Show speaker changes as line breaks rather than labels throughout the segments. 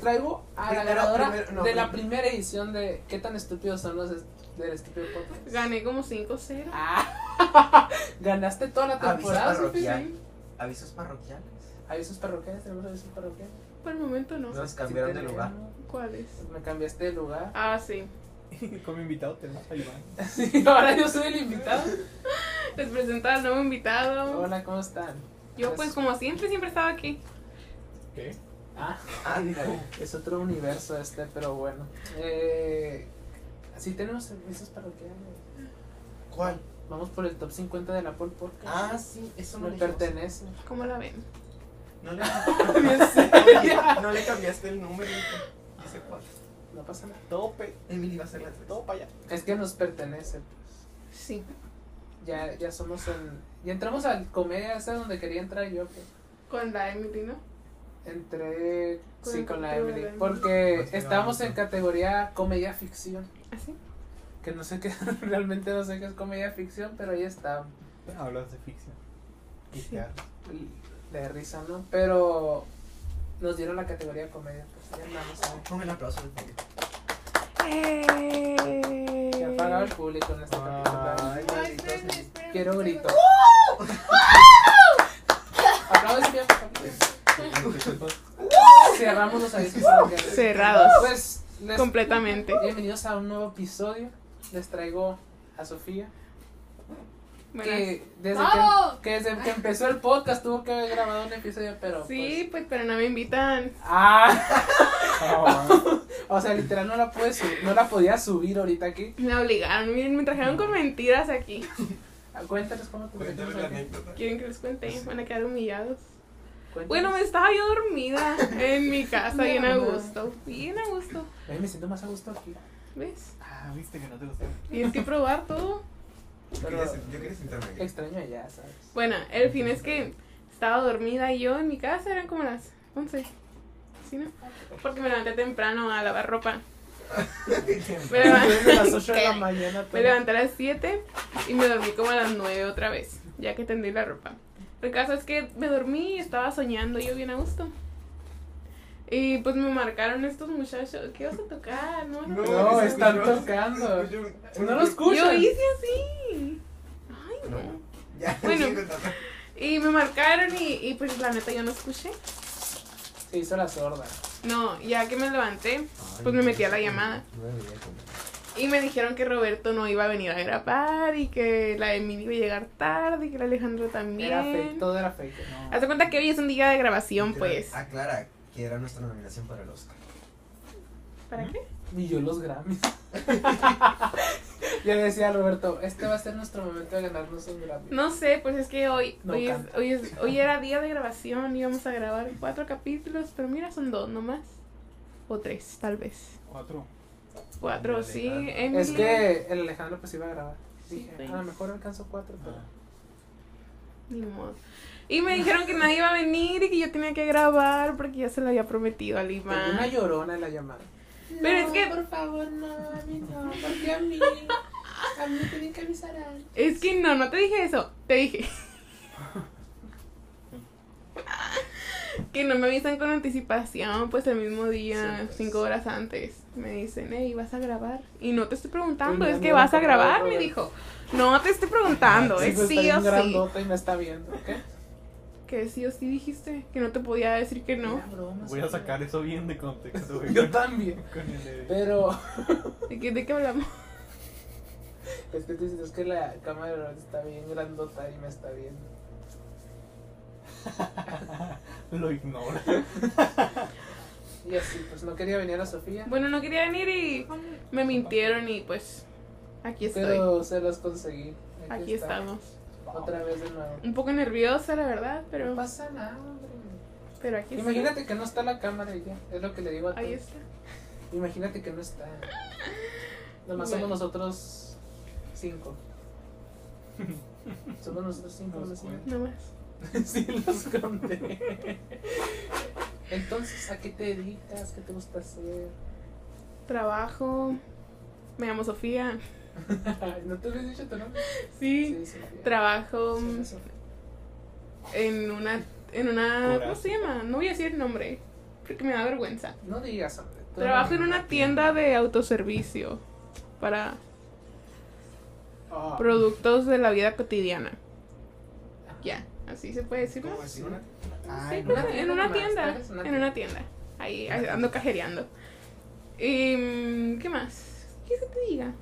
traigo a
Primero,
la ganadora
primero, no,
de la
primero.
primera edición de ¿Qué tan estúpidos son los est- del estúpido podcast?
Gané como 5-0.
Ah, ganaste toda la
Ah, Avisos
temporada, Sofi.
parroquial.
sí.
Avisos parroquiales.
Avisos parroquiales, tenemos avisos parroquiales.
Por el momento no.
Nos cambiaron de
Sí,
lugar.
¿Cuál es?
Me cambiaste de lugar.
Ah, sí.
Como invitado tenemos a Iván.
Sí, ahora yo soy el invitado.
Les presento al nuevo invitado.
Hola, ¿cómo están?
Yo pues como siempre, siempre estaba aquí.
¿Qué?
Ah,
Ah, mira.
es otro universo este, pero bueno. Eh, sí tenemos avisos parroquiales.
¿Cuál?
Vamos por el top 50 de la Apple Podcast.
Ah, sí, eso no
me
le
pertenece.
¿Cómo la ven?
No le, cambiaste, no le cambiaste el número. hijo. Dice cuatro.
No pasa nada.
Tope,
Emily va a ser la tres.
todo para allá.
Es que nos pertenece. pues.
Sí.
Ya, ya somos en. Ya entramos al comedia, esa es donde quería entrar yo. pues.
Con la Emily, ¿no?
Entré
Con
sí
el
con la
capítulo de
Emily.
la Emily.
Porque
Pues,
estábamos en
digamos,
categoría comedia ficción.
¿Así?
Que no sé qué, realmente no sé qué es comedia ficción, pero ahí está.
Hablas de ficción. Y
Sí.
te arde.
De risa, ¿no? Pero nos dieron la categoría comedia. Pues ya andamos ahí.
Ponme el aplauso al público.
Se ha pagado el público en este capítulo.
Ay,
¡Eh! Ay,
maldito
espérenme,
sea.
espérenme,
Quiero
espérenme.
grito. Aplausos bien, por favor. Cerramos los avisos. parroquiales.
Cerrados.
Pues, les-
Completamente.
bienvenidos a un nuevo episodio. Les traigo a Sofía.
Buenas.
Que desde,
¡Vamos!
que, que desde que empezó el podcast tuvo que haber grabado un episodio, pero.
Sí, pues pero no me invitan.
pues, ah,
Ah,
o sea, literal no la, pude su- no la podía subir ahorita aquí.
Me obligaron, miren, me trajeron con mentiras aquí.
Ah, Cuéntales cómo te
Cuéntame la
sentimos aquí.
anécdota.
¿Quieren que les cuente? Van a quedar humillados.
Cuéntales.
Bueno, estaba yo dormida en mi casa, bien a
Mierda.
gusto. Bien a gusto.
Ay, me siento más a gusto aquí.
¿Ves?
ah, viste que no te gustaba.
Tienes que probar todo.
Yo
Pero-
quería sen- Yo quería sentarme aquí.
Extraño allá, ¿sabes?
Bueno, el fin es que estaba dormida y yo en mi casa, eran como las 11. ¿Sí, no? Porque me levanté temprano a lavar ropa. Me
Desde
levanté,
las 8 de la mañana.
me levanté a las 7 y me dormí como a las 9 otra vez, ya que tendí la ropa. El caso es que me dormí y estaba soñando yo bien a gusto. Y pues me marcaron estos muchachos, ¿qué vas a tocar? No, no,
No,
se
están
escuchó,
tocando.
se escuchó un-
No lo
Yo
escuchan.
hice así. Ay, no.
Ya,
Bueno.
sigue tocando.
Y me marcaron y, y pues la neta yo no escuché.
Se hizo la sorda.
No, ya que me levanté Pues me metí a la llamada.
No debería comer.
y me dijeron que Roberto no iba a venir a grabar y que la Emily iba a llegar tarde y que la Alejandro también.
Era fake, todo era fake.
Haz de cuenta que hoy es un día de grabación, pues.
Aclara que era nuestra nominación para el Oscar.
¿Para qué?
Y yo los Grammys. yo le decía a Roberto, este va a ser nuestro momento de ganarnos un Grammy.
No sé, pues es que hoy,
No
hoy, es,
canta.
hoy, es- hoy era día de grabación, íbamos a grabar cuatro capítulos, pero mira, son dos nomás. O tres, tal vez.
Cuatro.
Cuatro,
Ándale,
sí.
ándale.
Emily.
Es que el Alejandro pues iba a grabar.
Sí,
Dije,
pues.
a lo mejor alcanzo cuatro, pero...
Ni modo. Y me dijeron que nadie iba a venir y que yo tenía que grabar porque ya se lo había prometido al
Pero Una
Iván.
llorona en la llamada.
Pero es que-
por favor, no, a mí no, porque a mí... A mí tienen que avisar a él.
Es que no, no te dije eso. Te dije. que no me avisan con anticipación, pues el mismo día,
Sí, pues.
cinco horas antes. Me dicen, hey, vas a grabar. Y no te estoy preguntando,
Uy,
es
ya
que
me
vas a
acordé,
grabar, me
Roberto.
dijo. No te estoy preguntando,
Ah,
es
pues,
sí o sí.
grandota y me está viendo, ¿ok?
Que sí o sí dijiste, que no te podía decir que no.
Era broma,
Voy a
sí.
sacar eso bien de contexto, güey.
Yo también.
Con el de-
Pero...
¿De qué, de qué hablamos?
Es que tú dices, es que la cámara de Roberto está bien grandota y me está viendo.
Lo ignora.
Y así, pues no quería venir a Sofía.
Bueno, no quería venir y me mintieron y pues aquí estoy.
Pero se los conseguí.
aquí
estamos.
estamos.
Otra vez de nuevo.
Un poco nerviosa, la verdad,
No
pero,
pasa nada, hombre.
pero aquí estoy.
Imagínate que no está la cámara y ya. Es lo que le digo a
Ahí
todos.
está.
Imagínate que no está. Nomás
Bueno.
somos nosotros cinco. Somos nosotros cinco.
Los
¿no?
cuentas.
No más.
Sí, los conté. Entonces, ¿a qué te dedicas? ¿Qué te gusta hacer?
Trabajo. Me llamo Sofía.
¿No te habías dicho tu nombre?
Sí. um,
Sofía.
Trabajo
Sí, Sofía.
en una en una ¿cómo
Cura.
se llama? No voy a decir el nombre. porque me da vergüenza.
No digas, hombre. tú
Trabajo en
eres
una tienda de autoservicio para
Ah,
productos de la vida cotidiana. Ya, así se puede decir. ¿no?
¿Cómo así? Una-
Sí,
Ah, en
pues,
una
en una
nomás,
tienda,
¿sabes? Una
en una tienda. Ahí ahí ando cajereando. Y, mm, ¿Qué más? ¿Qué se te diga?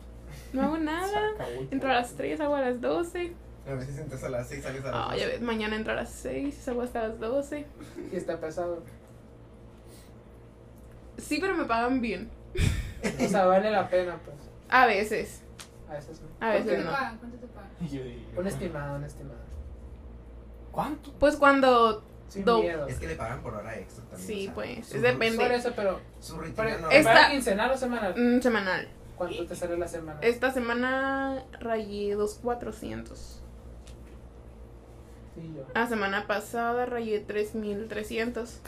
No hago nada. Entro a las 3, hago a las 12.
A veces entras a las 6, sales a las
Ah, ya
doce.
ves, mañana entro a las 6, hago hasta las 12.
Y está pesado.
Sí, pero me pagan bien.
O sea, vale la pena, pues.
A veces,
A veces no.
a veces no.
¿Cuánto te pagan? ¿Cuánto te pagan?
Y yo digo,
Un estimado, un estimado.
¿Cuánto?
Pues cuando...
Sin
Do-
miedo.
Es que le pagan por hora extra también.
Sí,
o sea,
pues,
su-
depende.
Por eso, pero.
Su rutina
pero
no
Esta-
¿Para quincenal o semanal?
mm, semanal.
¿Cuánto te sale la semana?
Esta semana rayé 2,400.
Sí, yo.
La semana pasada rayé 3,300.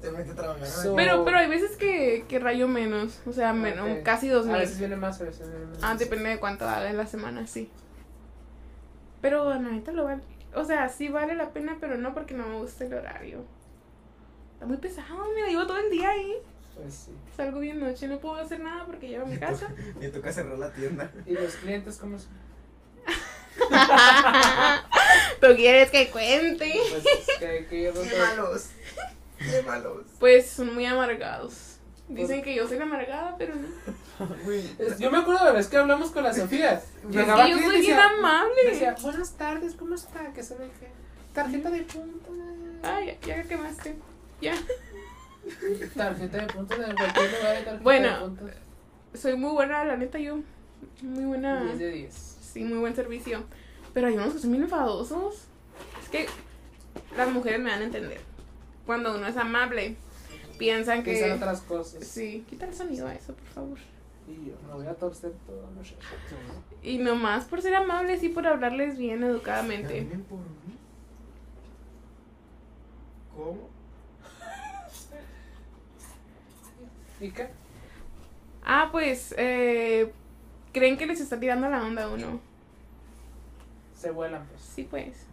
se mete a trabajar.
So-
Pero, pero hay veces que, que rayo menos. O sea, menos,
Ok.
casi
A veces
2,000.
viene más, a veces viene menos.
Ah, depende de cuánto haga en la semana, sí. Pero la neta lo vale. O sea, sí vale la pena, pero no porque no me gusta el horario. Está muy pesado, me la llevo todo el día ahí.
Pues sí.
Salgo bien noche, no puedo hacer nada porque llego a mi casa.
Me toca cerrar la tienda.
¿Y los clientes cómo son?
¿Tú quieres que cuente?
Pues que, que yo no
¡Qué
sé.
malos! ¡Qué malos!
Pues son muy amargados.
Pues
Dicen que yo soy la amargada, pero no.
Es- Yo me acuerdo de la vez que hablamos con la Sofía. Llegaba
Es
aquí
que yo
y
soy bien
decía,
amable.
decía, buenas tardes, ¿cómo está? ¿Qué soy de qué? Tarjeta de punto.
Ay, ya ya quemaste. Ya.
Tarjeta de punto en cualquier lugar de tarjeta
Bueno,
de punto.
Soy muy buena, la neta, yo. Muy buena.
10 de 10.
Sí, muy buen servicio. Pero hay unos que son bien enfadosos. Es que las mujeres me van a entender. Cuando uno es amable, piensan
Que son
que.
otras cosas.
Sí, quita el sonido a eso, por favor.
Y yo me voy a torcer todo, no sé.
Y nomás por ser amables y por hablarles bien educadamente.
¿También por mí? ¿Cómo?
¿Y qué?
Ah, pues, eh, creen que les está tirando la onda a uno.
Se vuelan, pues.
Sí, pues.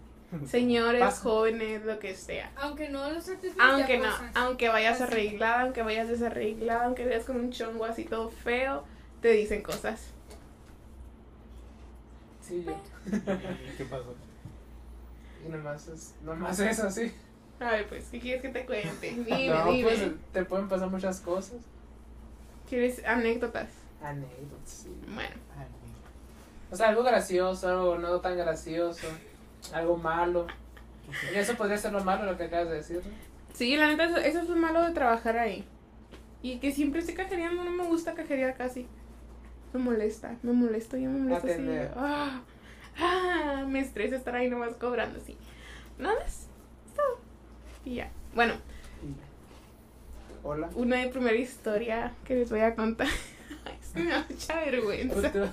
Señores,
Pasa.
jóvenes, lo que sea.
Aunque no los certifiquen.
Aunque no, aunque vayas
Así.
arreglada, aunque vayas desarreglada, aunque vayas con un chongo así todo feo, te dicen cosas.
Sí, yo.
¿Y ¿Qué pasó?
Y nomás es, nomás es así.
A ver, pues, ¿qué quieres que te cuente? Dime,
no,
dime.
pues te pueden pasar muchas cosas.
¿Quieres anécdotas?
Anécdotas, sí.
Bueno,
O sea, algo gracioso, algo no tan gracioso, algo malo. Y eso podría ser lo malo, lo que acabas de decir. ¿no?
sí, la neta, eso, eso es lo malo de trabajar ahí. Y que siempre estoy cajereando, no me gusta cajerear casi. Me molesta, me molesto, yo me molesto así.
Atender.
Ah, ah, me estresa estar ahí nomás cobrando así. Nada más. eso. Y ya. Bueno,
Hola.
una de primera historia que les voy a contar. Ay, es que me da mucha vergüenza.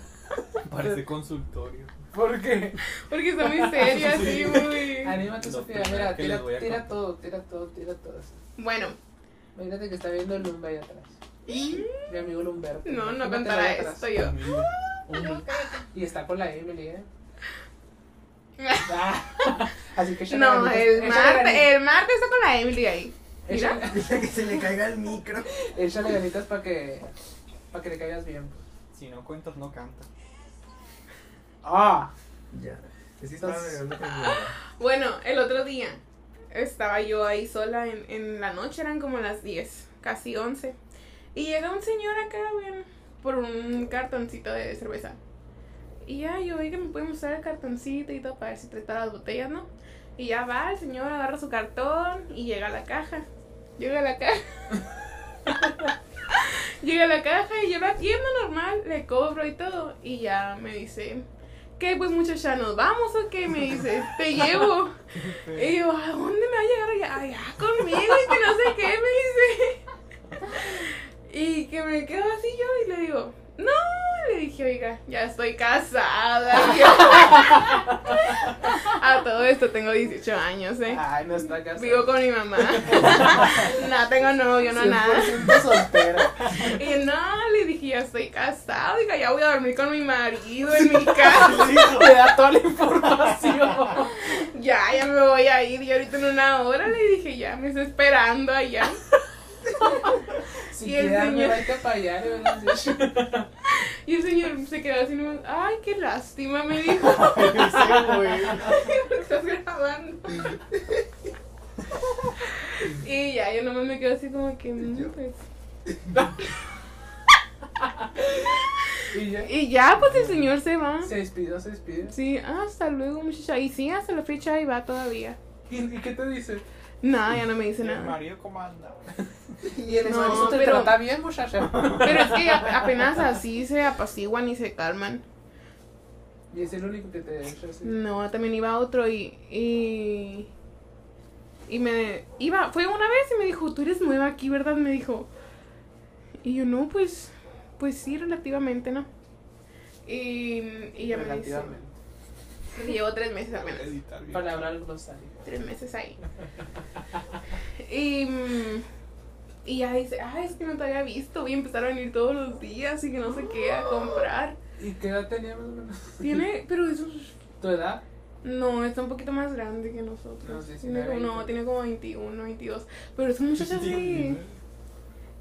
Parece consultorio.
Pues ¿Por qué?
Porque está muy serio así,
Sí.
muy.
Anímate,
Lo
Sofía.
primero
Mira,
que les
tira,
voy a
tira
contar.
todo, tira todo, tira todo.
Bueno.
Imagínate que está viendo el lumbe ahí atrás. Mi amigo Lumberto.
No, no
Imagínate
contará
ahí atrás.
esto yo.
Y está con la Emily, ¿eh? Ah, Así que échale
No,
ganitas,
eh, el
échale
martes,
ganitas,
el martes está con la Emily ahí.
échale-
Mira.
Deja que se le caiga el micro.
Échale ganitas para que, para que le caigas bien.
Si no cuentas, no canta.
Ah,
Ya. Es que estaba mirando con mi mamá.
Bueno, el otro día estaba yo ahí sola en, en la noche, eran como las 10, casi 11. Y llega un señor acá, bien, por un cartoncito de cerveza. Y ya yo vi que me puede mostrar el cartoncito y todo para ver si trae todas las botellas, ¿no? Y ya va, el señor agarra su cartón y llega a la caja. Llega a la caja. llega a la caja y yo la tienda normal, le cobro y todo. Y ya me dice, ¿qué pues muchacha, nos vamos o qué? Me dice, te llevo. Y yo, ¿a dónde me va a llegar allá? Allá conmigo y que no sé qué, me dice. Y que me quedo así yo y le digo, no, le dije, oiga, ya estoy casada. a todo esto, tengo 18 años, ¿eh?
Ay, no está casado.
Vivo con mi mamá. no tengo novio, no nada.
100% soltera.
Y no, le dije, ya estoy casada. Diga, ya voy a dormir con mi marido en mi casa.
Te da toda la información.
Ya, ya me voy a ir. Y ahorita en una hora le dije, ya me está esperando allá.
Si
Y el
quedarme,
señor-
vete para allá. le hubieras dicho.
Y el señor se quedó así, nomás, ay, qué lástima, me dijo.
Ese güey.
porque estás grabando. y ya, yo nomás me quedo así como que. mm, pues.
Y ya.
Y ya, pues el señor se va.
Se despidió, se despidió.
Sí, hasta luego, muchacha. Y sí, hasta la fecha ahí va todavía.
¿Y, y qué te dice?
No, ya no me dice
El
nada.
marido comanda.
Y el
No,
esposo te
pero-
trata bien, muchacha.
Pero es que a- apenas así se apaciguan y se calman.
Y es el único que te ha hecho así.
No, también iba otro y. y y me iba, fue una vez y me dijo, tú eres nueva aquí, ¿verdad? Me dijo. Y yo, no, pues, pues sí, relativamente, ¿no? Y, y ya me dice,
Relativamente.
llevo tres meses apenas.
Editar bien.
Para hablar glosario.
tres meses ahí. Y, mm, y ya dice, ay, es que no te había visto. Y empezaron a venir todos los días y que no sé qué a comprar.
¿Y qué edad tenía más o menos?
Tiene, pero eso
¿Tu edad?
no, está un poquito más grande que nosotros.
Unos
tiene,
19,
como- no,
20.
tiene como 21, 22. Pero es un muchacho así,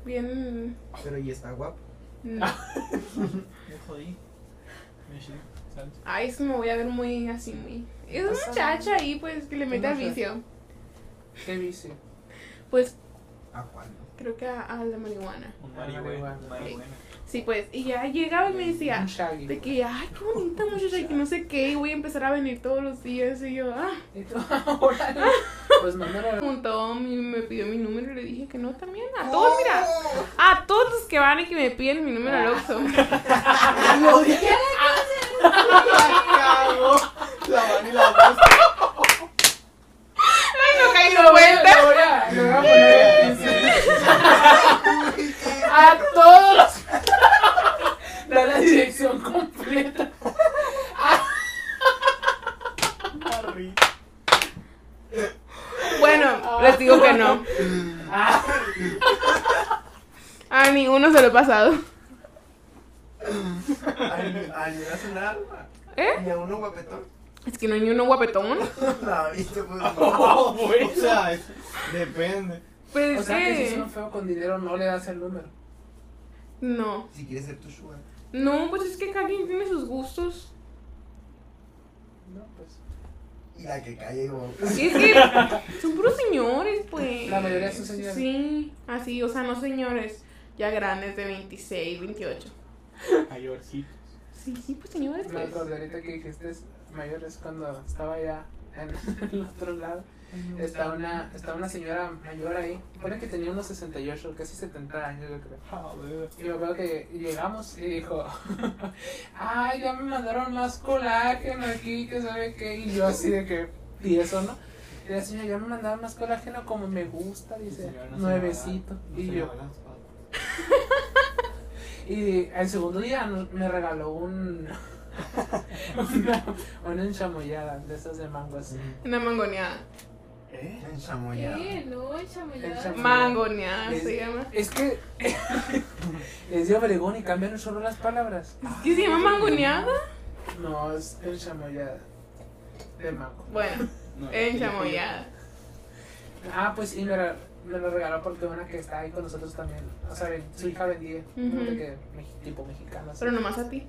bien...
Pero y está guapo.
no.
Me jodí. Me chido. Santo.
Ay, eso me voy a ver muy así, muy... Es
Pasa
una
nada.
muchacha ahí, pues, que le mete al
Muchacha.
vicio.
¿Qué vicio?
Pues,
¿A cuándo?
creo que a, a la marihuana.
Un
Ah,
marihuana.
marihuana.
marihuana.
Sí, pues, y ya llegaba y me decía,
Un shaggy.
De que, ay, qué bonita muchacha, y que no sé qué, y voy a empezar a venir todos los días. Y yo, ah,
Y tú, órale. Pues mándale a
preguntó, mi- me pidió mi número, y le dije que no también. A todos, mira, a todos los que van y que me piden mi número al Oxxo.
¡Lo dije! ¡La cago! La van y la dos.
Ay, no caí en cuenta.
ahora. Le voy a poner el pincel. A todos los. Da la dirección completa.
Ah,
Bueno, les digo que no.
Ah,
A ninguno se lo he pasado.
Ay, ay, no es un arma.
¿Eh?
Ni a uno guapetón.
Es que no hay ni uno guapetón.
La viste, pues.
Oh, güey. O sea, es- depende.
Pues
o
es
sea que si es
que.
un feo con dinero no le das el número.
No.
Si quieres ser tu sugar.
No, pues es que cada quien tiene sus gustos.
No, pues.
Y la que cae llegó.
Y es que son puros señores, pues.
La mayoría son señores.
Sí, así, o sea, no señores ya grandes de 26, 28.
Mayorcito.
Sí, sí, pues señores,
Me
pues.
acordé ahorita que dijiste es mayor es cuando estaba ya en el otro lado. Está una, está una señora mayor ahí. Pone que tenía unos 68, casi 70 años, yo creo.
Joder.
Y yo creo que llegamos y dijo, ay, ya me mandaron más colágeno aquí, que sabe qué. Y yo así de que, y eso, ¿no? Y la señora, ya me mandaron más colágeno como me gusta,
Ese
dice,
Este señor no se
nuevecito.
lava- no
y
se
yo,
lava las patas.
y el segundo día no- me regaló un... una, una enchamoyada de esas de mango así.
Una mangoneada.
¿Eh?
En chamoyado.
No, chamoyada.
Chamoyada.
Mangoneada
Es-
se llama.
Es que les dio Obregón y cambiaron solo las palabras.
¿Qué se llama mangoneada?
No, es enchamoyada de mango.
Bueno,
No,
enchamoyada.
Ah, pues sí, me, re- me lo regaló porque una que está ahí con nosotros también. O sea, ven- su hija vendía.
Ujú.
como de que mex- tipo mexicana. así.
Pero nomás a ti.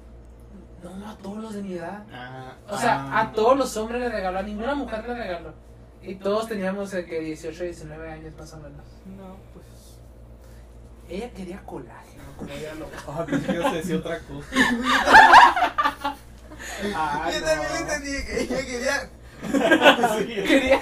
No, no, a todos los de mi edad.
Ah,
O sea,
ah.
a todos los hombres le regaló, a ninguna mujer le regaló. Y todos teníamos eh, que 18, 19 años más o menos.
No, pues.
Ella quería colágeno, como ella lo.
Ah, pensé que ibas a decir otra cosa.
Ah,
Yo
no.
también entendí que ella quería.
Sí.
Quería.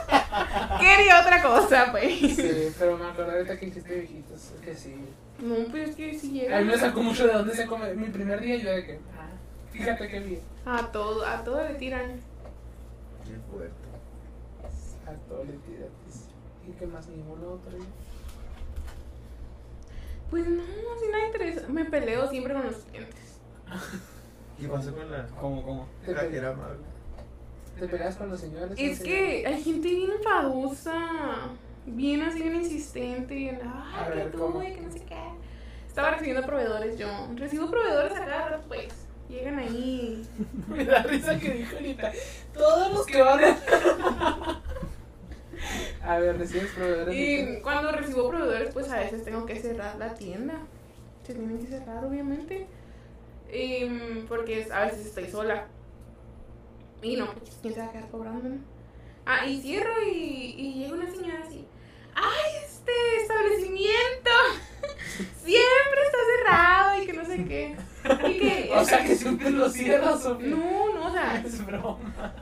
Quería otra cosa, pues.
Sí, pero me acordé ahorita que dijiste viejitos. Que sí.
No, pero es que si
A mí me
llega.
sacó mucho de dónde se come. Mi primer día yo de que. Ah, fíjate qué bien.
A todo, a todo le tiran.
Qué fuerte.
A todos le tira, pues. Y que más ninguno otro. día.
Pues no, si nada interesa. Me peleo siempre con los clientes.
¿Qué pasó con la.?
¿Cómo, cómo?
Te
La
pe-
que era amable.
Te peleas con los señores.
Es
sí,
que hay gente bien enfadosa, bien así, bien insistente, bien,
A
ay, que
ver,
tú,
¿cómo?
güey, que no sé qué. Estaba recibiendo proveedores yo, recibo proveedores a cada rato, pues, llegan ahí.
señor. Me da risa que dijo ahorita. Todos los que van a. a ver, recibes proveedores. de
Y cuando recibo proveedores, pues a veces tengo que cerrar la tienda, se tienen que cerrar, obviamente, Y, mm, porque es- a veces estoy sola. Y no, pues, ¿quién se va a quedar cobrando? no? Ah, y cierro y, y llega una señora así. ¡Ay, este establecimiento! Siempre está cerrado y que no sé qué. Y que,
qué? O sea que siempre los cierras, Sofía.
No, no, o sea,
Es broma.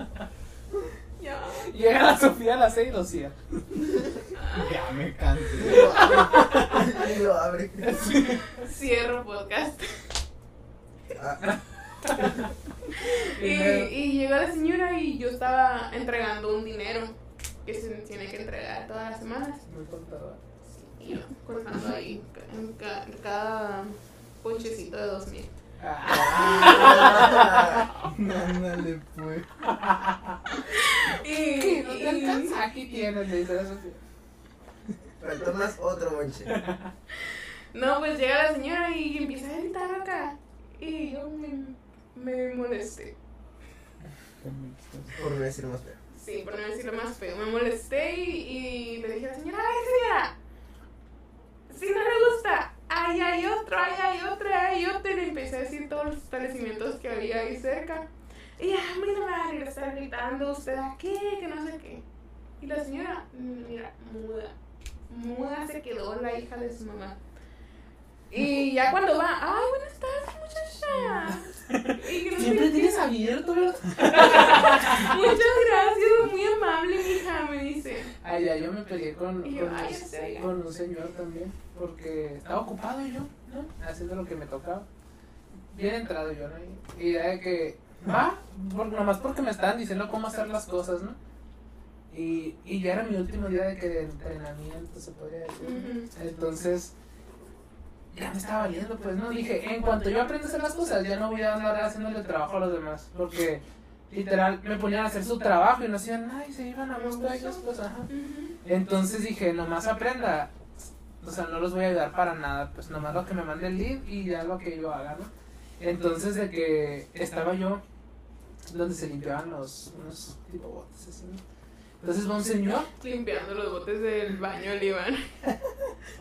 ya.
Llega la Sofía a las 6 y los cierra.
Ya me cansé.
Y lo abre. Y lo abre.
Cierro podcast.
Ah,
Y, y llegó la señora y yo estaba entregando un dinero que se tiene que entregar todas las semanas.
Muy contador.
Y yo cortando ahí en ca- en cada ponchecito de 2000.
Ah,
ah,
Ándale, pues.
Y,
¿qué? ¿No te
y-
alcanza? Aquí tienes, le dice la Sofía.
Pero tomas otro bonche.
No, pues llega la señora y empieza a gritar acá. Y yo me, me molesté.
Por no decir más feo.
Sí, por no decirlo más feo. Me molesté y, y le dije a la señora, ay señora, si no le gusta, ahí hay otro, ahí hay otro, ahí hay otro. Y le empecé a decir todos los establecimientos que había ahí cerca. Y ya, mira, me va a regresar gritando usted aquí, que no sé qué. Y la señora, mira, muda. Muda se quedó la hija de su mamá. Y ya cuando va, ay, buenas tardes, muchacha. Y que no sé
Siempre
qué.
tienes abierto, ¿verdad?
Muchas gracias, muy amable, mija, me dice.
Ah, ya, yo me peleé con,
Y yo,
con,
"Ay,
un-
en serio".
con un señor también, porque estaba ocupado yo, ¿no? Haciendo lo que me tocaba. Bien entrado yo, ¿no? Y- Y ya de que, va, por, nomás porque me estaban diciendo cómo hacer las cosas, ¿no? Y, y ya era mi último día de que de entrenamiento, se podría decir. ¿no? Entonces, ya me estaba valiendo, pues, ¿no? Dije, en cuanto yo aprenda a hacer las cosas, ya no voy a andar haciéndole trabajo a los demás. Porque, literal, me ponían a hacer su trabajo y no hacían nada y se iban a gusto ellos, pues, ajá.
Ujú.
Entonces dije, nomás aprenda. O sea, no los voy a ayudar para nada. Pues nomás lo que me mande el lead y ya lo que yo haga, ¿no? Entonces de que estaba yo donde se limpiaban los unos tipo botes así, ¿no? Entonces va un señor
Limpiando los botes del baño del Iván.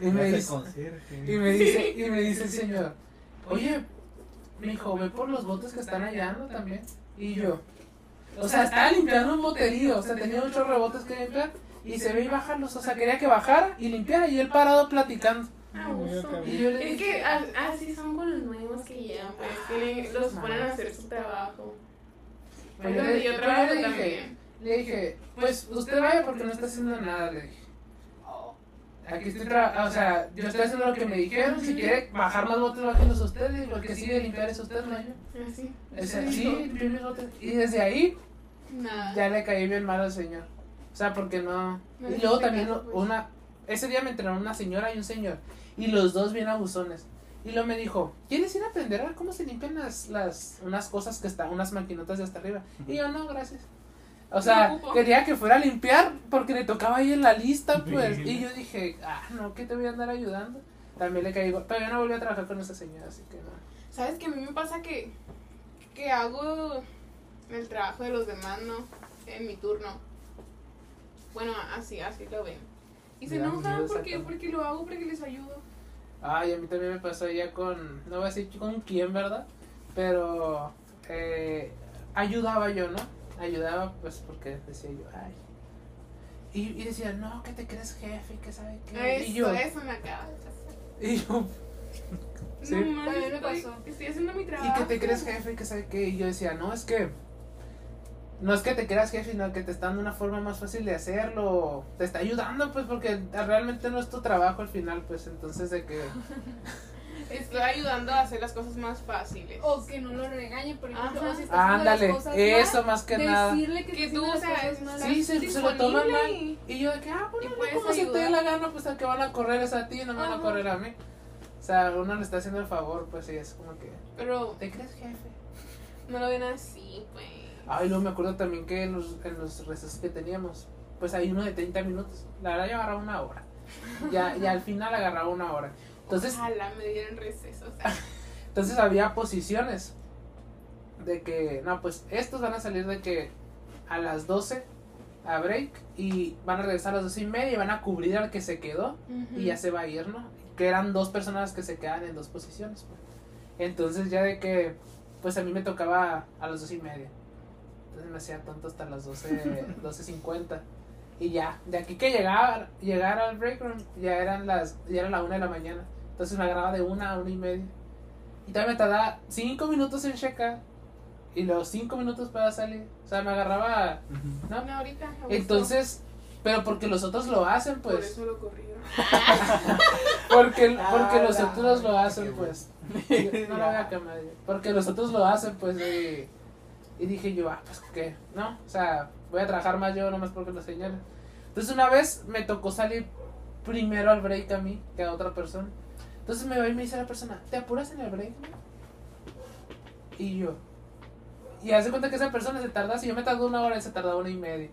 y me
Ya se
dice, y
conserje.
me dice, y me dice el señor, oye, mi hijo, ve por los botes que están allá, ¿no? También. Y yo, o sea, estaba limpiando un boterío, o sea, tenía un chorro de botes que limpiar y se ve y bajarlos, o sea, quería que bajara y limpiara y él parado platicando.
A
Muy
gusto.
acá.
Y yo le
Es
dije,
que ah, a- así son con los nuevos que llegan, pues tienen, los ponen a hacer su trabajo.
pues,
Ahí
yo
donde
le-
yo
yo
trabajo
le dije,
también.
le dije, pues usted vaya porque no está haciendo nada, le dije. Aquí estoy trabajando, o sea, yo estoy haciendo lo que me dijeron, si quiere bajar más botes, bájenlos ustedes, lo que sigue de limpiar es usted, no yo.
Así.
O sea,
Así
sí,
dijo.
limpié mis botes. Y desde ahí
Nada.
Ya le caí bien mal al señor. O sea, porque no.
No
Y
le
luego
hiciste
también
caso, pues.
una. Ese día me entrenaron una señora y un señor. Y los dos bien abusones. Y luego me dijo, ¿quieres ir a aprender a cómo se limpian las, las unas cosas que están, unas maquinotas de hasta arriba? Y yo, no, gracias. O
No
sea,
ocupo.
quería que fuera a limpiar porque le tocaba ahí en la lista, pues.
Verga.
Y yo dije, ah, no, que te voy a andar ayudando. También le caí, igual. pero yo no volví a trabajar con esa señora, así que no.
¿Sabes que a mí me pasa que, que hago el trabajo de los demás, ¿no? En mi turno. Bueno, así, así lo ven. Y se
Me da
enojan
miedo
porque,
sacarlo.
porque lo hago, porque les ayudo.
Ay, a mí también me pasó ya con, no voy a decir con quién, ¿verdad? Pero eh, ayudaba yo, ¿no? Ayudaba pues porque decía yo, ay. Y, y decía, no, que te crees jefe, que sabe qué. y yo,
Eso, eso me acaba de pasar.
y yo, Sí.
No mames,
También me
estoy-
pasó.
Estoy haciendo mi
y
trabajo.
que te crees jefe, que sabe qué. Y yo decía, no, es que, no es que te creas jefe, sino que te está dando una forma más fácil de hacerlo. Te está ayudando pues porque realmente no es tu trabajo al final, pues entonces de que...
Estoy ayudando a hacer las cosas más fáciles.
O que no lo regañen, por ejemplo.
Ajá.
o si está haciendo las
Ándale,
cosas mal,
eso más que nada.
Decirle que,
Que
está
tú,
haciendo
o
las
sea,
cosas mal.
Sí, se, se lo toman mal. Y yo de que, ah,
Y
bueno,
puedes
como se te dé
ayudar.
la gana, pues al que van a correr es a ti, no me van a
Ajá.
correr a mí. O sea, uno le está haciendo el favor, pues sí, es como que,
Pero
¿te crees jefe?
no lo ven así, pues.
Ay, luego me acuerdo también que en los, en los recesos que teníamos, pues hay uno de 30 minutos. La verdad, yo agarraba una hora. Ya, y al final agarraba una hora. Entonces,
Ojalá me dieran recesos.
entonces había posiciones de que, no, pues estos van a salir de que a las 12 a break y van a regresar a las 12 y media y van a cubrir al que se quedó y ya se va a ir, ¿no? Que eran dos personas que se quedan en dos posiciones. pues. Entonces ya de que, pues a mí me tocaba a las dos y media. Entonces me hacía tonto hasta las 12, 12.50. Y ya, de aquí que llegaba, llegar al break room, ya eran las, ya era la una de la mañana. Entonces me agarraba de una a una y media. Y todavía me tardaba cinco minutos en checar. Y los cinco minutos para salir. O sea, me agarraba, ¿no?
Una horita. a gusto.
Entonces, pero porque los otros lo hacen,
Por
pues.
eso lo corrieron.
Porque,
Ah,
porque los
la
otros lo
madre,
hacen,
qué
pues. Yo No lo voy a quemar. yo. Porque los otros lo hacen, pues. Y, y dije yo, ah, pues qué, ¿no? O sea, voy a trabajar más yo nomás porque lo señalan. Entonces, una vez me tocó salir primero al break a mí que a otra persona. Entonces me va y me dice la persona, ¿te apuras en el break? Y yo. Y hace cuenta que esa persona se tarda, si yo me tardó una hora, él se tardaba una y media.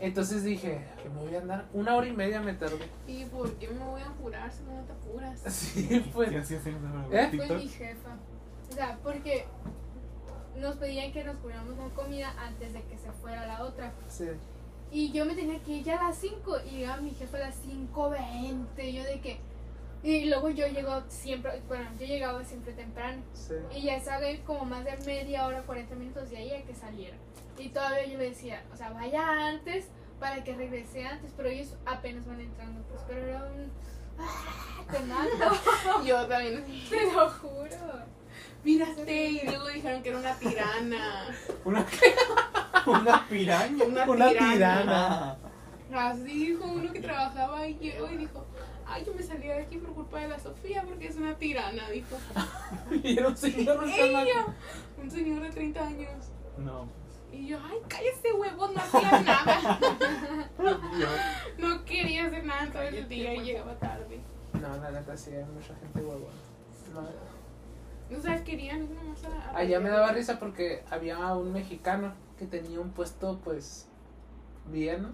Entonces dije, que me voy a andar. Una hora y media me tardé.
¿Y por qué me voy a apurar si no te apuras?
Sí, pues.
¿Qué hacías en
¿Eh?
el
Fue
TikTok?
mi jefa. O sea, porque nos pedían que nos cubriéramos con comida antes de que se fuera la otra.
Sí.
Y yo me tenía que ir ya a las 5 y llegaba mi jefa a las 5.20. Yo de que... Y luego yo llego siempre, bueno, yo llegaba siempre temprano.
Sí.
Y ya estaba ahí como más de media hora, 40 minutos de ahí a que saliera. Y todavía yo le decía, o sea, vaya antes para que regrese antes, pero ellos apenas van entrando, pues, pero era un... ¡Ah! Con algo,
Yo también.
te lo juro.
Mírate, y luego dijeron que era una tirana.
¿Una qué? Una piraña.
Una tirana.
tirana.
Así dijo uno que trabajaba ahí llegó y dijo, ay, yo me salía de aquí por culpa de la Sofía porque es una tirana, dijo.
Y era un señor un chamaco.
Un señor de 30 años.
No.
Y yo, ay, cállese huevón, no hacía nada.
Yo-
No quería hacer nada en todo el día y llegaba tarde.
No, la neta sí, hay mucha gente huevona. No.
No sabes, querían ir nomás a... a-
Allá me daba risa porque había un mexicano que tenía un puesto, pues, bien, ¿no?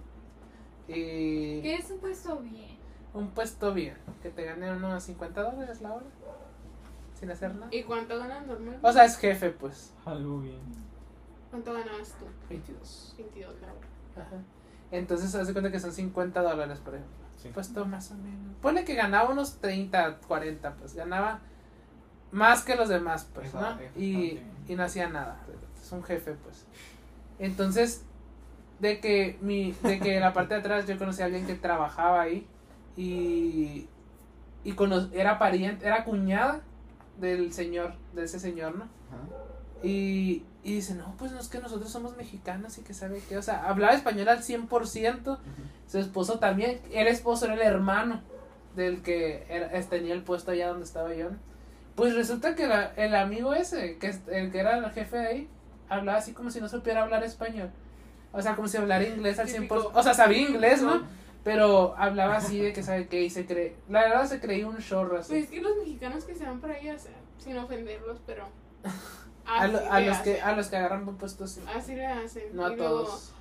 Y
¿Qué es un puesto bien?
un puesto bien, que te gane unos 50 dólares la hora, sin hacer nada.
¿Y cuánto ganan normal?
O sea, es jefe, pues,
Algo bien.
¿Cuánto ganabas tú?
22.
22 la hora.
Ajá. Entonces, se hace cuenta que son 50 dólares, por ejemplo.
Sí.
Puesto Pues más o menos. Ponle que ganaba unos 30, 40, pues ganaba más que los demás, pues, ¿no?
Exacto,
Y,
exactamente.
y no hacía nada. Es un jefe, pues. Entonces, de que mi, de que la parte de atrás yo conocí a alguien que trabajaba ahí y, y cono- era pariente, era cuñada del señor, de ese señor, ¿no?
Ajá.
Y, y dice, no, pues no es que nosotros somos mexicanos y que sabe qué. O sea, hablaba español al 100%. Su esposo también. El esposo era el hermano del que era- es- tenía el puesto allá donde estaba yo. ¿no? Pues resulta que la- el amigo ese, que es- el que era el jefe de ahí, hablaba así como si no supiera hablar español. O sea, como si hablara inglés al 100%. O sea, sabía inglés, ¿no? Pero hablaba así de que sabe qué y se cree. La verdad se creía un chorro así.
Pues es que los mexicanos que se van para allá, o sea, sin ofenderlos, pero...
A,
Así
lo- a
le
los que,
hacen.
a los que agarran por puestos, sí.
Así le hacen.
No a
Y luego,
todos.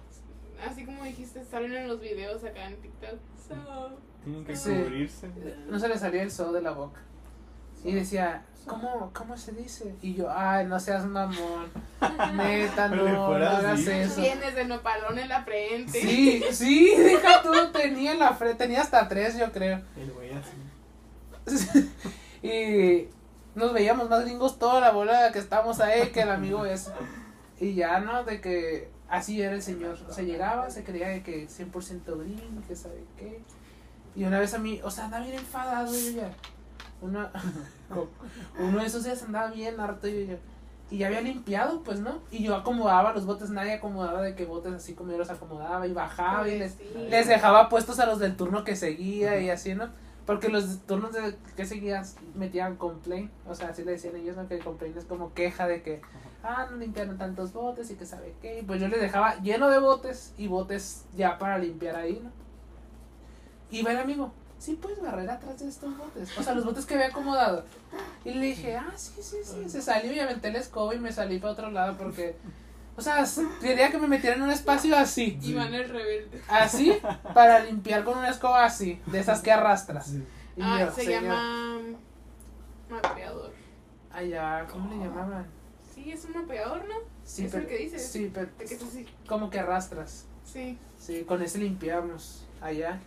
así como dijiste, salen en los videos acá en TikTok. So,
Tienen que
Sí.
cubrirse.
no se le salía el sol de la boca. Y decía, ¿cómo, cómo se dice? Y yo, ay, no seas mamón. Neta, no,
Pero le
no
fueras
hagas
así.
eso.
tienes el nopalón en la frente.
Sí, sí, deja tú, tenía en la frente, tenía hasta tres, yo creo.
El güey así.
Y nos veíamos más gringos toda la bola que estamos ahí que el amigo ese. Y ya, ¿no? De que así era el señor. O sea, llegaba, se creía de que 100% gringo, que sabe qué. Y una vez a mí, o sea, andaba bien enfadado yo ya. Una, uno de esos días andaba bien harto yo ya. Y ya había limpiado, pues, ¿no? Y yo acomodaba los botes, nadie acomodaba de que botes así como yo los acomodaba y bajaba y les
Pobrecito.
les dejaba puestos a los del turno que seguía y así, ¿no? Porque los turnos de- que seguías metían complaint, o sea, así le decían ellos, ¿no? Que complaint es como queja de que, ah, no limpiaron tantos botes y que sabe qué. Y pues yo les dejaba lleno de botes y botes ya para limpiar ahí, ¿no? Y va el amigo, sí puedes barrer atrás de estos botes, o sea, los botes que había acomodado. Y le dije, ah, sí, sí, sí. Se salió y aventé la escoba y me salí para otro lado porque O sea, s- quería que me metieran en un espacio así.
Y van el rebelde.
Así, para limpiar con una escoba así, de esas que arrastras.
Sí.
Y
Ah,
yo,
se
señor,
llama mapeador.
Ay, ya, ¿cómo le llamaban?
Sí, es un mapeador, ¿no?
Sí,
Ah. ¿Es lo que dices?
Sí, pero
De que es así.
como que arrastras.
Sí.
Sí, con ese limpiamos. Allá.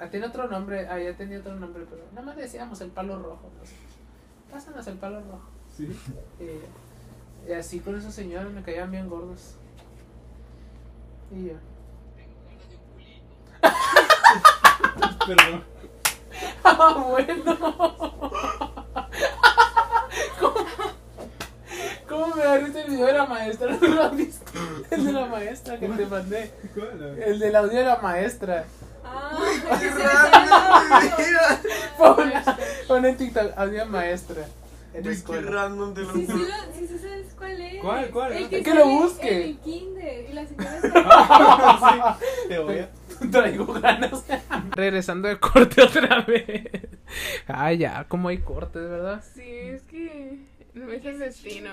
Ah, Tiene otro nombre, allá tenía otro nombre, pero nada más decíamos el palo rojo. no sé. Pásanos el palo rojo.
Sí.
Eh, y así con esos señores me caían bien gordos. Y yo.
Perdón.
¡Ah, bueno! ¿Cómo, cómo me da risa el video de la maestra? ¿No lo has visto? El de la maestra que te mandé.
¿Cuál?
El del audio de la maestra.
Ah,
¡Qué
Ah.
random! de veras.
Paula, Pon en TikTok, audio de maestra. En la
Güey, ¡Qué
escuela.
random! Te lo
Sí, sí,
juro.
lo- sí, sí sabes cuál es.
¿Cuál, cuál?
El
Que
que,
lo
sale
busque.
En el kinder. Y la señora está-
Te voy a.
Traigo ganas. Regresando de corte otra vez. Ah, ya, como hay cortes, ¿verdad?
Sí, es que no es el destino.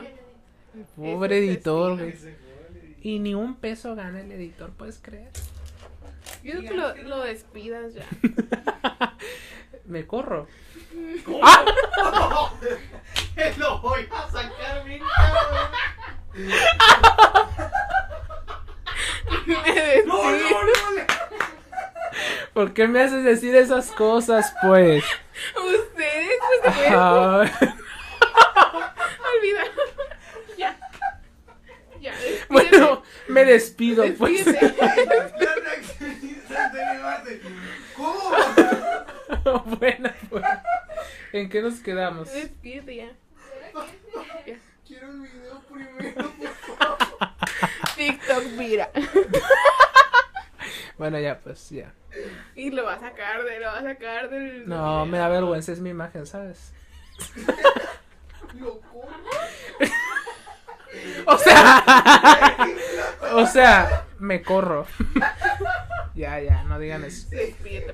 Pobre
Ese es
editor,
destino.
güey. Y ni un peso gana el editor, ¿puedes creer?
Yo creo que lo, lo despidas ya.
Me corro.
¡Lo voy a sacar, mi cabrón!
Me despido.
¡No, no, no!
¿Por qué me haces decir esas cosas, pues?
Ustedes pues, se pueden
Ah,
olvidar. ya. Ya. despídete.
bueno, me despido, pues.
Despídete.
¡Ya te accionaste, mi base! ¿Cómo?
pues. bueno, pues. ¿En qué nos quedamos?
Despídete ya.
Quiero el video primero.
TikTok mira.
Bueno, ya, pues, ya.
Y lo va a sacar de, lo va a sacar del.
No, me da vergüenza, es mi imagen, ¿sabes?
¡Lo como!
O sea, o sea, me corro. ya, ya, no digan eso.
Despídete,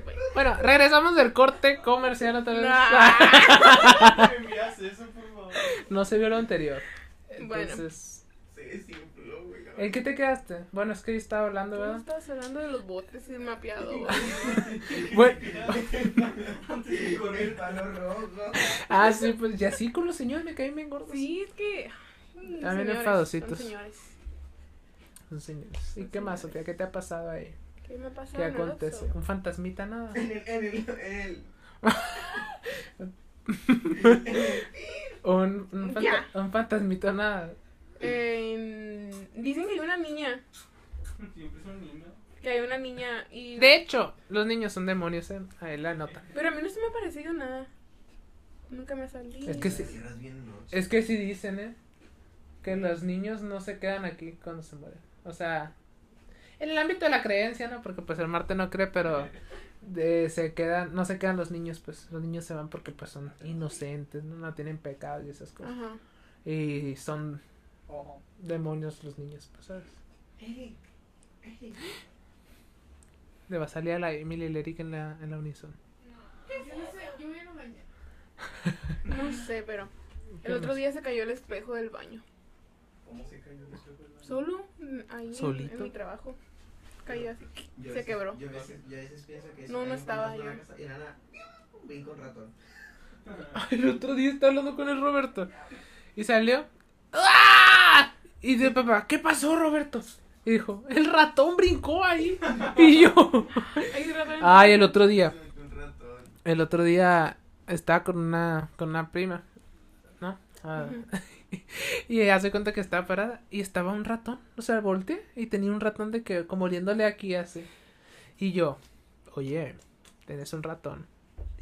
pues.
Bueno, regresamos del corte comercial otra vez.
No.
me envías eso, por favor?
no se vio lo anterior.
Bueno.
Entonces,
Se desinfló, güey.
¿en qué te quedaste? Bueno, es que yo estaba hablando,
Tú
¿verdad?
estabas hablando de los botes y el mapeador.
Bueno,
Antes de correr el palo rojo.
ah, sí, pues, y así con los señores me caí bien gordos.
Sí, es que.
También
mm, Señores,
enfadositos.
son Señores.
Son señores. ¿Y qué más, Sofía? ¿Qué te ha pasado ahí?
¿Qué me pasa?
¿Qué acontece? ¿Un fantasmita nada?
En el, en el, en el.
¿Un, un, fanta-
Ya.
un fantasmito nada?
Eh, dicen que hay una niña.
Siempre son lindas.
Que hay una niña y.
De hecho, los niños son demonios, ¿eh? Ahí la nota.
Pero a mí no se me ha parecido nada. Nunca me ha salido.
Es que sí.
Cierras bien, ¿no?
Es que sí dicen, ¿eh? Que los niños no se quedan aquí cuando se mueren. O sea, en el ámbito de la creencia, ¿no? Porque pues el Marte no cree, pero de, se quedan, no se quedan los niños, pues los niños se van porque pues son inocentes, no, no tienen pecados y esas cosas.
Ajá.
Y son demonios los niños, pues, ¿sabes? Le va a salir a la Emily y el Eric en la, en la unison.
Yo no sé, yo voy a la mañana.
No sé, pero. El otro día se cayó el espejo del baño.
¿Cómo se cayó el espejo del baño?
Solo mm, ahí
¿Solito?
en mi trabajo. Cayó así.
Yo
Se
a veces-
quebró.
Yo a veces, yo a veces pienso que
No, no estaba yo.
Era la. Vin con ratón.
El otro día estaba hablando con el Roberto. Y salió. ¡Ah! Y dice, papá, ¿qué pasó, Roberto? Y dijo, el ratón brincó ahí. Y yo.
Ay, de repente-
Ay, el otro día.
Un ratón.
El otro día estaba con una, con una prima. ¿No? Ah,
Ujú.
y ella hace cuenta que estaba parada. Y estaba un ratón. O sea, volteé. Y tenía un ratón de que, como oliéndole aquí así. Y yo, oye, tenés un ratón.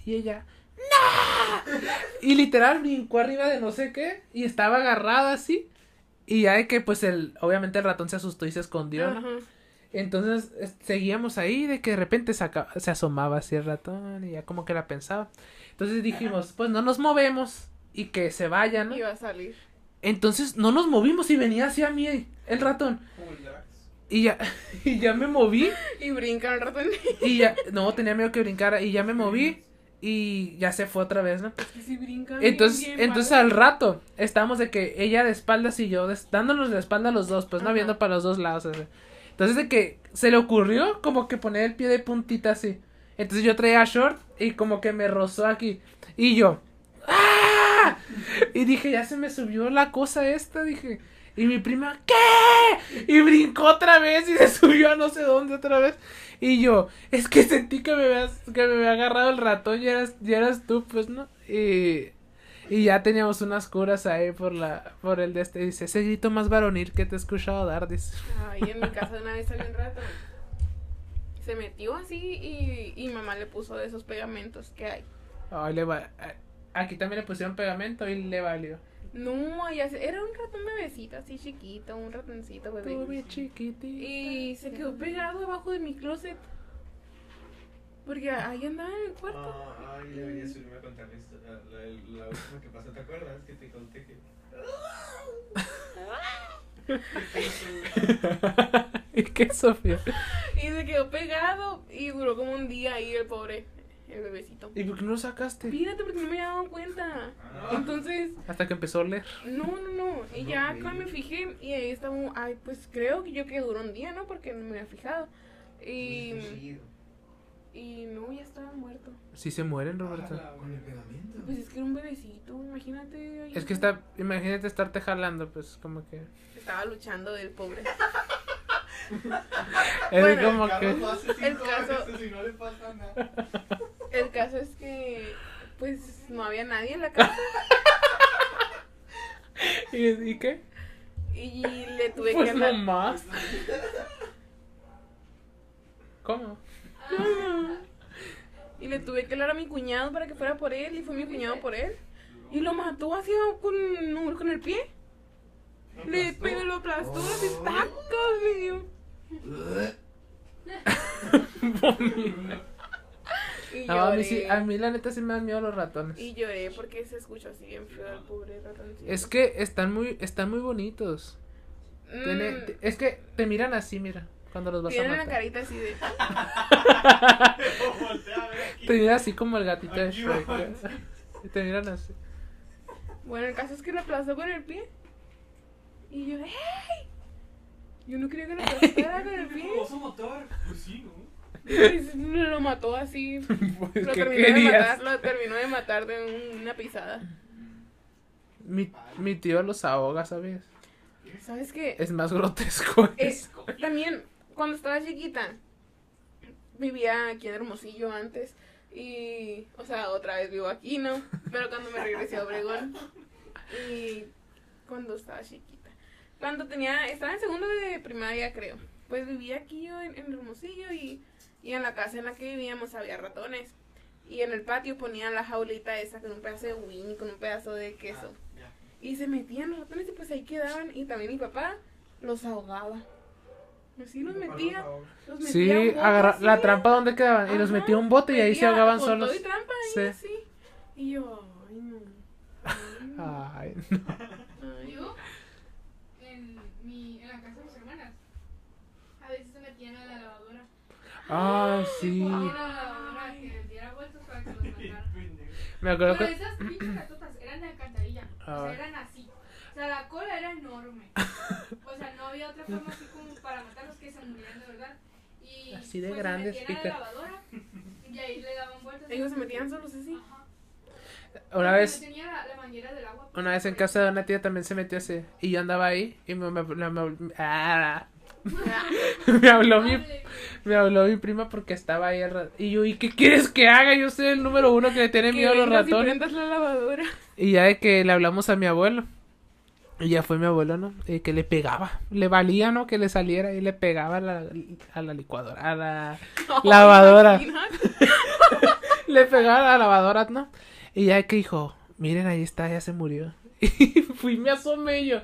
Y ella, ¡No! Y literal brincó arriba de no sé qué. Y estaba agarrada así. Y ya de que, pues, el, obviamente el ratón se asustó y se escondió, ¿no?
Ajá.
Entonces es- seguíamos ahí de que de repente saca- se asomaba así el ratón y ya como que la pensaba. Entonces dijimos, pues no nos movemos y que se vayan. ¿no?
Iba a salir.
Entonces no nos movimos y venía hacia mí el ratón. Y ya, y ya me moví
Y brinca el ratón.
y ya, no, tenía miedo que brincara y ya me moví y ya se fue otra vez, ¿no?
Es que si brincan. bien,
Entonces,
bien
entonces
padre.
al rato estábamos de que ella de espaldas y yo de- dándonos la espalda a los dos, pues no
Ajá.
viendo para los dos lados. o sea. Entonces de que se le ocurrió como que poner el pie de puntita así. Entonces yo traía short y como que me rozó aquí. Y yo. ¡Ah! Y dije, ya se me subió la cosa esta, dije. Y mi prima, ¿qué? Y brincó otra vez y se subió a no sé dónde otra vez. Y yo, es que sentí que me habías, que me había agarrado el ratón y eras, y eras tú, pues, ¿no? Y, y ya teníamos unas curas ahí por la, por el de este. Dice, ese grito más varonil que te he escuchado dar, dice.
Ay, en mi casa una vez salió un rato. Se metió así y, y mamá le puso de esos pegamentos que hay.
Ay, le va- a- Aquí también le pusieron pegamento y le valió.
No, allá se- era un ratón bebecito así chiquito, un ratoncito
Tú,
bebé.
mi chiquitita.
Y se quedó pegado abajo de mi closet. Porque ahí andaba en el cuarto.
Ah, ay, debería subirme a contar la historia. La, la- la última que pasó, ¿te acuerdas? Que te conté que.
¿Y qué, Sofía?
Y se quedó pegado y duró como un día ahí el pobre, el bebecito.
¿Y por qué no lo sacaste?
Fíjate porque no me había dado cuenta.
Ah,
Entonces,
Hasta que empezó a oler.
no, no, no. Y ya acá me fijé y ahí estaba, un- ay, pues creo que yo que duró un día, ¿no? Porque no me había fijado. Y,
Chido.
y no, ya estaba muerto.
Si se mueren, Roberto.
Ah, Con el pegamento.
Pues es que era un bebecito, imagínate. ahí.
Es que está, imagínate estarte jalando, pues como que.
Estaba luchando el pobre.
Es
Bueno,
como
Carlos
que.
no hace cinco
El caso-
veces y no le pasa nada.
El caso es que, pues, no había nadie en la casa.
¿Y, y qué?
Y le tuve que
Pues
andar.
nomás. ¿Cómo?
Y le tuve que hablar a mi cuñado para que fuera por él. Y fue mi cuñado por él. Y lo mató así con, un- con el pie. Le pegó, lo aplastó, Oh. así taco, me dio. Y
No, a mí, sí- a
lloré.
mí la neta sí me dan miedo los ratones.
Y lloré porque se escuchó así bien feo al pobre ratoncito.
Es que están muy, están muy bonitos.
Mm,
Tiene- te- es que te miran así, mira, cuando los vas a
tiene una
matar.
carita así de.
Pero voltea a ver aquí.
Te miran así como el gatito de
Aquí
Shrek.
va.
Y te miran así.
Bueno, el caso es que lo aplastó con el pie. Y yo, ¡hey! Yo no quería que lo aplastara con el pie.
¿Vas a matar? Pues sí, ¿no?
Pues, lo mató así.
Pues,
Lo
¿qué
terminó, de
querías?
matar, lo terminó de matar de un- una pisada.
Mi, mi tío los ahoga, ¿sabes?
¿Sabes qué?
Es más grotesco.
Es- también, cuando estaba chiquita, vivía aquí en Hermosillo antes. Y, o sea, otra vez vivo aquí, ¿no? Pero cuando me regresé a Obregón. Y cuando estaba chiquita. Cuando tenía, estaba en segundo de primaria, creo. Pues vivía aquí yo en, en Hermosillo y, y en la casa en la que vivíamos había ratones. Y en el patio ponían la jaulita esa con un pedazo de win y con un pedazo de queso.
Ah,
Y se metían los ratones y pues ahí quedaban. Y también mi papá los ahogaba. Así los metía. Los metía
Sí,
a un bote
agarra- la
así,
trampa donde quedaban y los
Ajá,
metía a un bote y ahí se
metía
ahogaban
con
solos.
todo y trampa ahí,
Sí.
así. Y yo, ay, no. Ay, no.
Ay,
Ay, no.
Yo, en, mi, en la casa de mis hermanas, a veces se metían a la lavadora.
ay, sí.
Ponían a la lavadora que diera vueltas para que los
ya.
mataran.
Pendejo.
Me acuerdo
Pero
que
esas pinches gatotas eran de alcantarilla. O
Ah.
sea, eran así. O sea, la cola era enorme. O sea, no había otra forma así como para matarlos que se murieran de verdad. Y
Así de
pues, se
grandes,
metían a
Peter.
la lavadora y ahí le daban vueltas.
Ellos se metían solos así.
Ajá.
una
Porque
vez
No tenía la, la manguera del agua. pues,
Una vez en casa de una tía también se metió así. Y yo andaba ahí y me, me- me- me- ah, me habló mi, me habló mi prima porque estaba ahí. el ra- Y yo, ¿y qué quieres que haga? Yo soy el número uno que le tiene miedo a los
vengas y
ratones.
prendas la lavadora.
Y ya de que le hablamos a mi abuelo. Y ya fue mi abuelo, ¿no? Eh, que le pegaba. Le valía, ¿no? Que le saliera y le pegaba a la, a la licuadora. A la... Lavadora.
Imagínate.
Le pegaba a la lavadora, ¿no? Y ya que dijo, miren, ahí está, ya se murió. Y fui, me asomé y yo.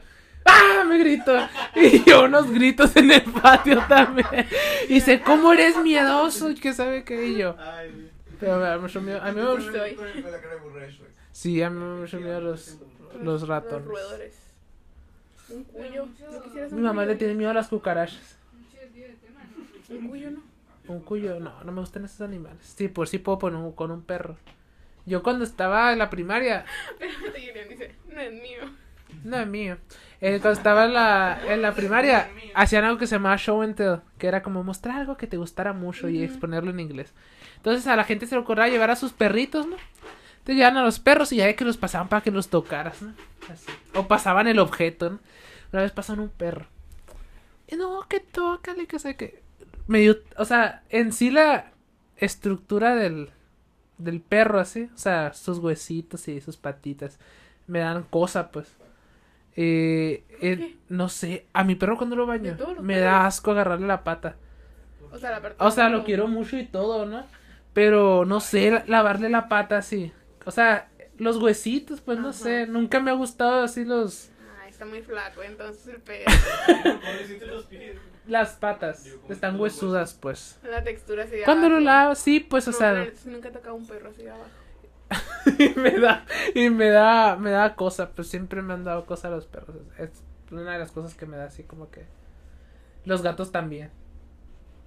¡Ah! Me gritó. Y yo unos gritos en el patio también. Y dice, ¿cómo eres miedoso? Y que sabe qué. Y yo.
Ay, güey.
Pero me da mucho miedo. A mí me
Con
gusta.
el- con el- con la cara de borracho, güey.
Sí, a mí me da mucho miedo los, los
Los
ratones.
roedores. Un cuyo. ¿No quisieras un
Mi mamá
cuyo?
le tiene miedo a las cucarachas.
Mucho desvío de tema, ¿no?
Un cuyo, ¿no?
Un cuyo, no, no me gustan esos animales. Sí, por si puedo poner un- con un perro. Yo cuando estaba en la primaria,
Espérate, Julián dice, no es mío.
no es mío. Eh, cuando estaba en la, en la primaria, hacían algo que se llamaba show and tell, que era como mostrar algo que te gustara mucho y
Ujú.
exponerlo en inglés. Entonces a la gente se le ocurría llevar a sus perritos, ¿no? Entonces llevaban a los perros y ya de que los pasaban para que los tocaras, ¿no? Así. O pasaban el objeto, ¿no? Una vez pasan un perro. Y no, que tócale, que sé que. Me dio, o sea, en sí la estructura del, del perro, así, o sea, sus huesitos y sus patitas, me dan cosa, pues. Eh, eh,
qué?
no sé, a mi perro cuando lo baño,
todos los
me da
perros.
asco agarrarle la pata.
O sea, la parte
O sea,
de-
lo quiero mucho y todo, ¿no? Pero no sé, la- lavarle la pata así. O sea, los huesitos, pues no
Ajá.
sé, nunca me ha gustado así los
Ay, "Ah, está muy flaco, entonces el pe...
hiciste los pies?
las patas.
Digo, ¿cómo
Están
están los
huesudas, pues.
La textura así de
Cuando lo
abajo.
lavo, sí, pues, o
No,
sea,
pero nunca he tocado un perro así de abajo.
y me da y me da me da cosa, pues siempre me han dado cosa los perros. Es una de las cosas que me da así como que los gatos también.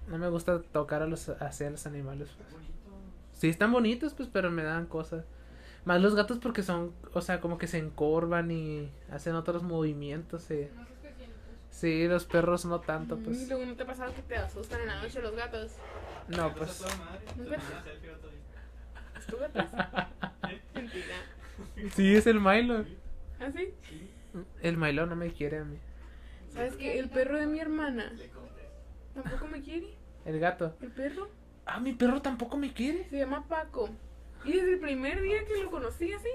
No me gusta tocar a los hacia los animales. pues. Sí, están bonitos, pues, pero me dan cosas. Más los gatos porque son, o sea, como que se encorvan y hacen otros movimientos. Sí,
No sé qué tiene, pues.
sí los perros no tanto,
Mm,
pues.
Luego no te ha pasado que te asustan en la noche los gatos.
No, pues.
¿Es tu gato? Mentira.
Sí, es el Milo.
¿Ah, sí?
El Milo no me quiere a mí.
¿Sabes qué? El perro de mi hermana tampoco me quiere.
El gato.
El perro
Ah, mi perro tampoco me quiere.
se llama Paco. Y desde el primer día que lo conocí así.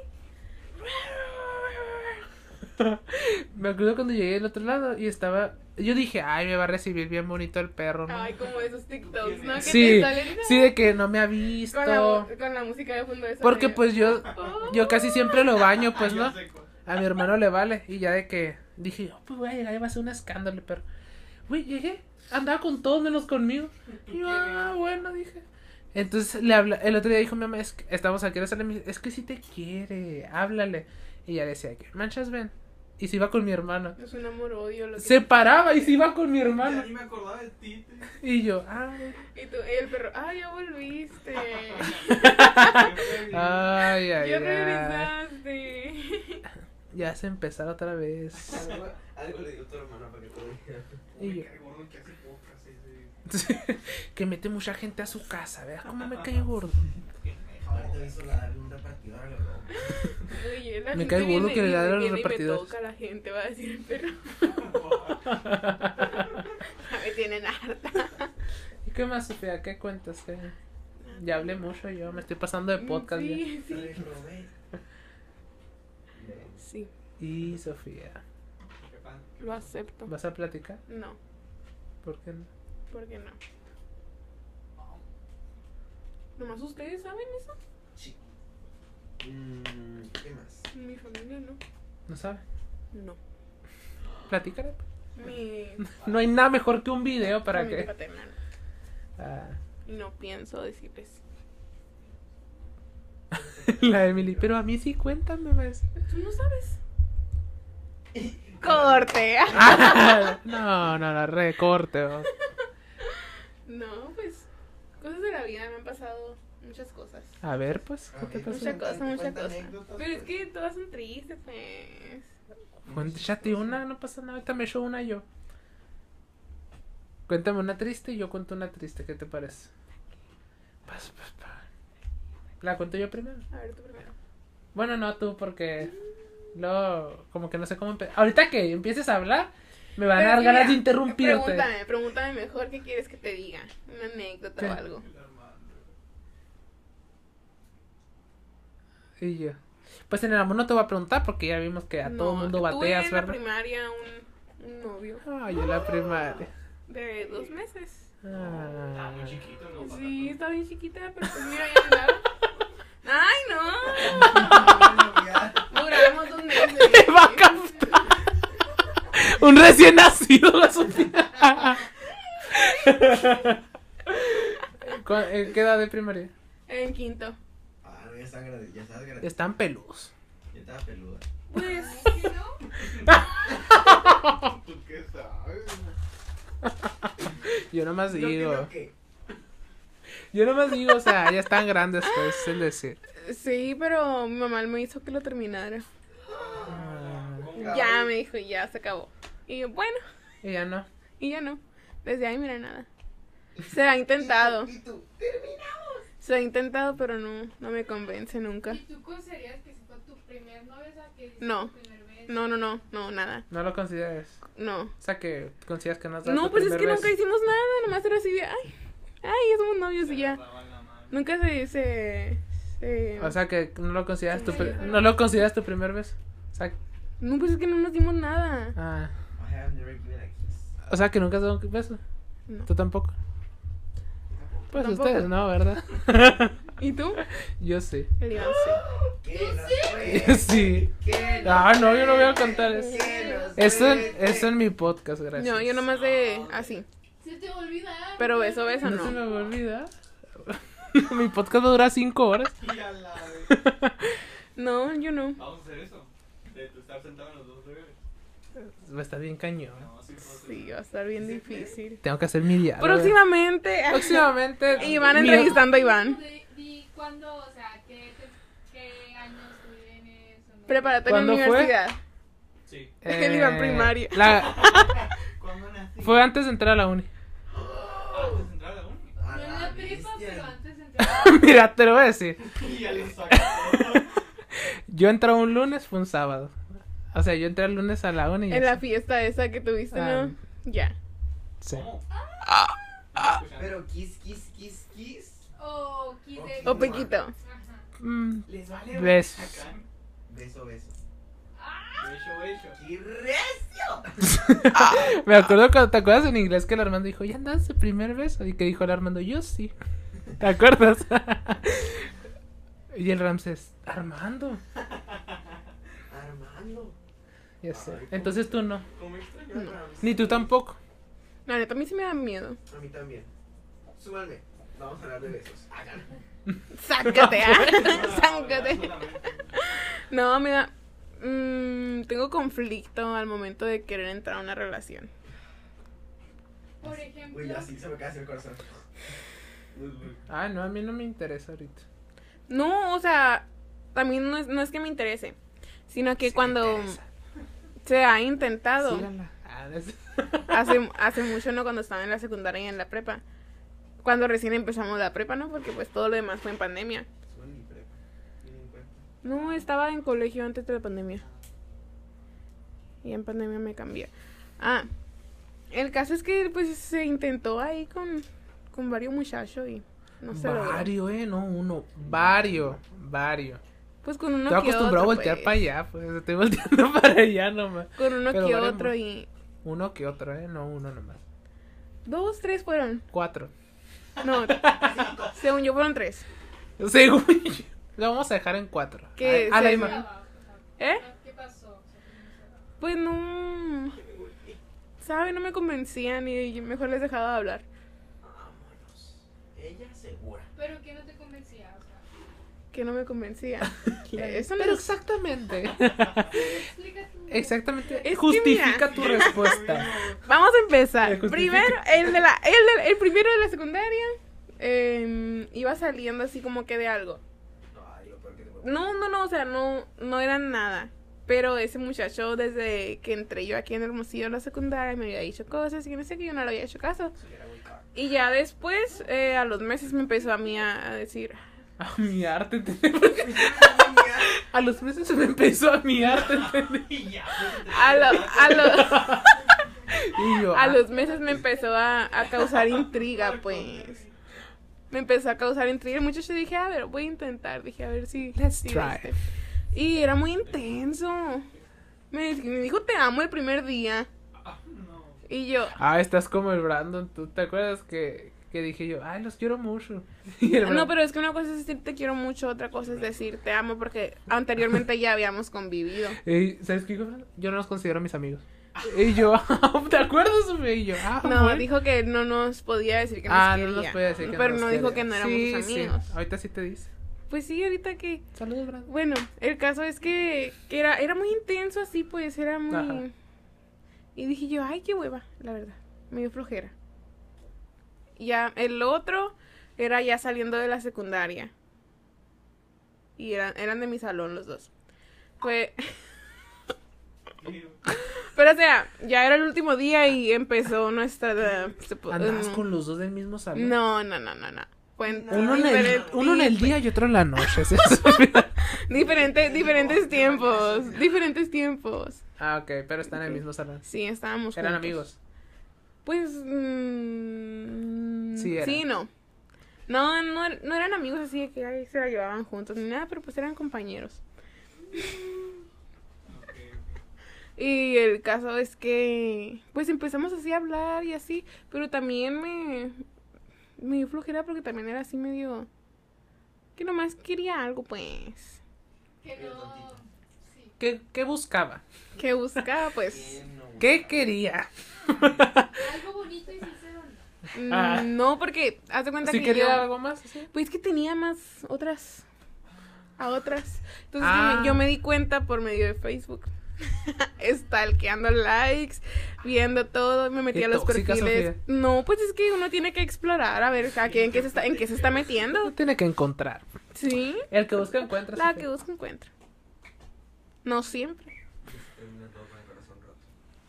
Me acuerdo cuando llegué del otro lado y estaba. Yo dije, ay, me va a recibir bien bonito el perro, ¿no?
Ay, como esos TikToks, ¿no? Que
Sí,
te salen
sí, de que no me ha visto.
con, la, mu- con la música de fondo de esa
Porque
de-
pues yo,
Oh.
yo casi siempre lo baño, pues, ¿no? A mi hermano le vale. Y ya de que dije, oh, pues voy a llegar y va a ser un escándalo, pero. Güey, llegué. Andaba con todos menos conmigo. Y yo, ah, bueno, dije. Entonces le habla, el otro día dijo mi mamá, es que estamos aquí, sale, me dice, es que si te quiere, háblale. Y ya le decía que, manchas, ven. Y se iba con mi hermano.
Es un amor-odio lo que...
Se paraba y se iba con mi hermano.
Hermano. Ni me acordaba de ti. te-
Y yo, ay,
Y tú, y el perro, ¡ay, ya volviste!
ay, ay.
¡Ya
ay.
regresaste!
Ya se empezar otra vez.
Algo- Algo le dio tu hermana para que te diga.
Y yo.
Qué gordo que hace podcast ese.
que mete mucha gente a su casa, ¿verdad? Cómo me cae gordo.
Ahora te ves sola darle un repartidor a la loca.
Oye, la
Me
gente
cae gordo
viene
que
y
le da a los
viene y
repartidores.
Me toca a la gente, va a decir el perro. Me tienen harta.
¿Y qué más, Sofía? ¿Qué cuentas? ¿Qué? Ya hablé mucho yo, me estoy pasando de podcast ya.
Mm, Sí, sí.
Te robé.
Sí,
Y Sofía,
Qué pan.
lo acepto.
¿vas a platicar?
No,
¿Por qué no?
¿por qué no? Nomás ustedes saben eso.
Sí. Mm, ¿Qué más?
En mi familia no.
¿No sabe?
No.
Platicaré.
Mi
No hay nada mejor que un video para
familia
que.
paterna no.
Ah,
Y no pienso decirles.
la Emily, pero a mí sí cuéntame, pues. va a decir.
Tú no sabes. Corte.
No, no, no, recorte. vos.
No, pues cosas de la vida me han pasado muchas cosas.
A ver, pues,
A
¿qué te
ver,
pasó?
Mucha
Cuenta-
cosa, mucha
cuenta
cosa.
anécdotas,
Pero es
pues.
que todas son tristes, pues.
Cuéntate una, no pasa nada. Ahorita me echo una yo. Cuéntame una triste y yo cuento una triste. ¿Qué te parece? Pas, pas, pa. ¿La cuento yo primero?
A ver, tú primero.
Bueno, no tú, porque. Luego, como que no sé cómo empezar. Ahorita que empieces a hablar, me van a
Pero
dar
sí,
ganas de
mira,
interrumpirte.
Pregúntame, pregúntame mejor qué quieres que te diga. Una anécdota
¿Qué?
o algo.
El hermano.
Y yo. Pues en el amor no te voy a preguntar porque ya vimos que a todo
No,
el mundo
Tuve
bateas,
en la
¿verdad?
primaria un, un novio
Ay, en la primaria.
de dos meses.
Ah.
Ah, muy chiquito, ¿no? Para
Sí,
tanto.
estaba bien chiquita, pero pues mira, ya andaba. ¡Ay, no!
Ah,
Bueno, ya.
Duramos dos meses.
Te va a captar. Un recién nacido la Sofía. ¿Cu- eh, ¿Qué edad de primaria?
En quinto.
Ah, no, ya estás grande, ya estás grande.
Están peludos.
Ya estaba peluda.
Pues,
Ay, ¿qué no?
¿Tú qué sabes?
Yo nomás
No, que
digo.
no, que-
Yo nomás digo, o sea, ya están grandes, pues, es el decir.
Sí, pero mi mamá me hizo que lo terminara.
Ah.
Ya me dijo, ya se acabó. Y yo, bueno,
Y ya no.
y ya no. Desde ahí, mira, nada. Se ha intentado.
Y tú,
Se ha intentado, pero no, no me convence nunca.
¿Y tú consideras que si fue tu primer novio, o sea, que es
No.
tu primer beso?
No, no, no, no, nada.
No lo consideres.
No.
O sea, que consideras que no has dado
No,
tu
pues es
primer
que nunca
beso.
hicimos nada, nomás era así de, ay, ay, ya somos novios y ya. Nunca se, se, se-
O sea, que no lo consideras tu,
Sí,
pri-
pero-
no lo consideras tu primer beso. O sea,
no, pues es que no nos dimos nada.
ah,
I have never given a kiss.
o sea, que nunca has dado un beso.
No.
Tú tampoco. Pues
Tampoco.
ustedes no, ¿verdad?
¿Y tú?
Yo sí.
El Iván, sí.
¿Qué
Yo sí. Ah, no, yo no voy a contar eso. Eso, eso en mi podcast, gracias.
No, yo nomás de así.
Se te va a olvidar.
Pero beso, beso,
No
no.
se me va a olvidar. mi podcast va a durar cinco horas.
No, yo no.
Vamos a hacer eso. De de estar sentado en los dos lugares.
Va a estar Pues bien cañón.
No, sí, puedo
Sí,
hacer.
va a estar bien difícil.
Tengo que hacer mi diálogo.
Próximamente.
Próximamente.
Iván
mi-
entrevistando a Iván.
Di- Di cuándo, o sea, qué, te- qué años tienes. o no.
Prepárate en la
¿Cuándo fue?
universidad.
Sí.
El Iván primario.
Eh, la-
¿Cuándo nací?
fue antes de entrar a la uni.
Antes de entrar a la uni.
A
No en
la
la prepa,
bestia.
pero antes de entrar.
Mira, te lo voy a decir.
Y ya lo sacó.
Yo entré un lunes, fue un sábado. O sea, yo entré el lunes a la uni. y
En
ya
la fiesta esa que tuviste,
Ah.
¿no? Ya.
sé.
¿Cómo?
Pero kiss, kiss, kiss, kiss.
O quise.
O Pequito.
Ajá.
Mm,
Les vale.
Besos.
Beso, beso.
Bello, bello.
¡Qué recio!
Me acuerdo cuando te acuerdas en inglés que el Armando dijo, ya andas de primer beso. Y que dijo el Armando, yo sí. ¿Te acuerdas? y el Ramses, Armando.
Armando. Mm.
Ya sé.
Ay, cómo-
Entonces tú no.
Como extraño, pero a mí sí.
Ni tú tampoco.
La neta, a mí sí me da miedo.
A mí también. Súbanme. Vamos a hablar de besos. Ah, Hagan.
Sácate, ah.
Ah,
Sácate.
solamente.
No, me da. mm, tengo conflicto al momento de querer entrar a una relación.
Por ejemplo.
Güey, así se me cae el corazón.
Ah, no, a mí no me interesa ahorita.
No, o sea, también no es, no es que me interese, sino que
Sí me
cuando
interesa.
se ha intentado,
Síganla. Ah, no es-
hace, hace mucho, ¿no? Cuando estaba en la secundaria y en la prepa. Cuando recién empezamos la prepa, ¿no? Porque pues todo lo demás fue en pandemia.
Suban mi prepa. Tienen en cuenta.
No, estaba en colegio antes de la pandemia. Y en pandemia me cambié. Ah, el caso es que pues se intentó ahí con, con varios muchachos y no se logró.
Vario, eh, no uno. Vario, vario.
Pues con uno
Estoy
que
acostumbrado a
otro,
voltear
pues.
para allá, pues estoy volteando para allá nomás.
Con uno
Pero
que
varios
otro
mu-
y...
Uno que otro, eh, no uno nomás.
Dos, tres fueron.
Cuatro.
No, según yo fueron tres.
Según yo. Lo vamos a dejar en cuatro.
Que
A- a la
se-
ima-
¿Eh?
ah, ¿Qué pasó? O sea,
Pues no... ¿Sabe? No me convencían y yo mejor les dejaba de hablar.
Vámonos. Ella segura.
¿Pero qué no te convencía? O sea,
Que no me convencía. Eso no
Pero
es...
exactamente.
explica tú.
Exactamente.
Es que
Justifica
mira.
tu respuesta.
Vamos a empezar.
Me justifico.
Primero, el, de la, el, de- el primero de la secundaria em, iba saliendo así como que de algo.
Ay, lo peor que te puedo
No, no, no, o sea, no, no era nada. Pero ese muchacho, desde que entré yo aquí en Hermosillo en la secundaria, me había dicho cosas y no sé qué, yo no le había hecho caso.
Si era muy caro.
Y ya después, eh, a los meses, me empezó a mí a, a decir,
A mi arte, A los meses se me empezó a mi arte, ¿entendí?
Y ya.
a, lo- a, los-
Y yo.
a
ah,
los meses me empezó a, a causar intriga, pues. Me empezó a causar intriga. Mucho yo dije, a ver, voy a intentar. Dije, a ver si.
Let's
si
try.
este. Y era muy intenso. Me, me dijo, te amo el primer día.
Ah, no.
Y yo,
Ah, estás como el Brandon. ¿Tú te acuerdas que, que dije yo? Ay, los quiero mucho. Y el
no,
Brandon,
pero es que una cosa es decir te quiero mucho, otra cosa es decir te amo, porque anteriormente ya habíamos convivido.
"Ey, ¿Sabes qué? dijo Brandon? Yo no los considero mis amigos. Y yo, "Ah, ¿te acuerdas? güey? Y yo, ah,
No,
bueno.
dijo que no nos podía decir que nos
Ah, no
quería.
nos podía decir que
Pero
nos
no dijo
quería.
que no éramos
Sí,
sus
sí,
amigos.
Ahorita sí te dice.
Pues sí, ahorita que...
Saludos, Brandon.
Bueno, el caso es que, que era, era muy intenso así, pues era muy...
Ajá.
Y dije yo, ay, qué hueva, la verdad. Me dio flojera. Ya, el otro era ya saliendo de la secundaria. y eran, eran de mi salón los dos. Fue, pero o sea, ya era el último día y empezó nuestra... se po-
Andabas
mm,
con los dos del mismo salón.
No, no, no, no, no. Fue en-
Uno en, el,
diferente-
uno en el día y otro en la noche. ¿sí?
Diferente, diferentes tiempos, diferentes tiempos.
ah, ok, pero están en el mismo salón.
Sí, estábamos
Eran
juntos.
amigos.
Pues... mm,
Sí, eran.
no. No, no, er- no eran amigos así de que ay, se la llevaban juntos ni nada, pero pues eran compañeros. Y el caso es que, pues empezamos así a hablar y así, pero también me, me dio flojera porque también era así medio, que nomás quería algo, pues.
Que no. Sí.
¿Qué, qué buscaba?
Que buscaba, pues.
¿Qué quería?
Algo bonito y sincero. no.
Mm,
Ah.
No, porque, haz de cuenta
¿Sí
que
quería
yo-
algo más? ¿sí?
Pues que tenía más otras, a otras. Entonces
Ah.
yo, me, yo me di cuenta por medio de Facebook. Estalqueando likes, viendo todo, me metí
Qué
a los
tóxica,
perfiles.
Sofía.
No, pues es que uno tiene que explorar a ver a quién, en qué se está, en qué se está metiendo.
No tiene que encontrar.
Sí,
El que busca encuentra.
la
Sofía.
que busca encuentra. No siempre.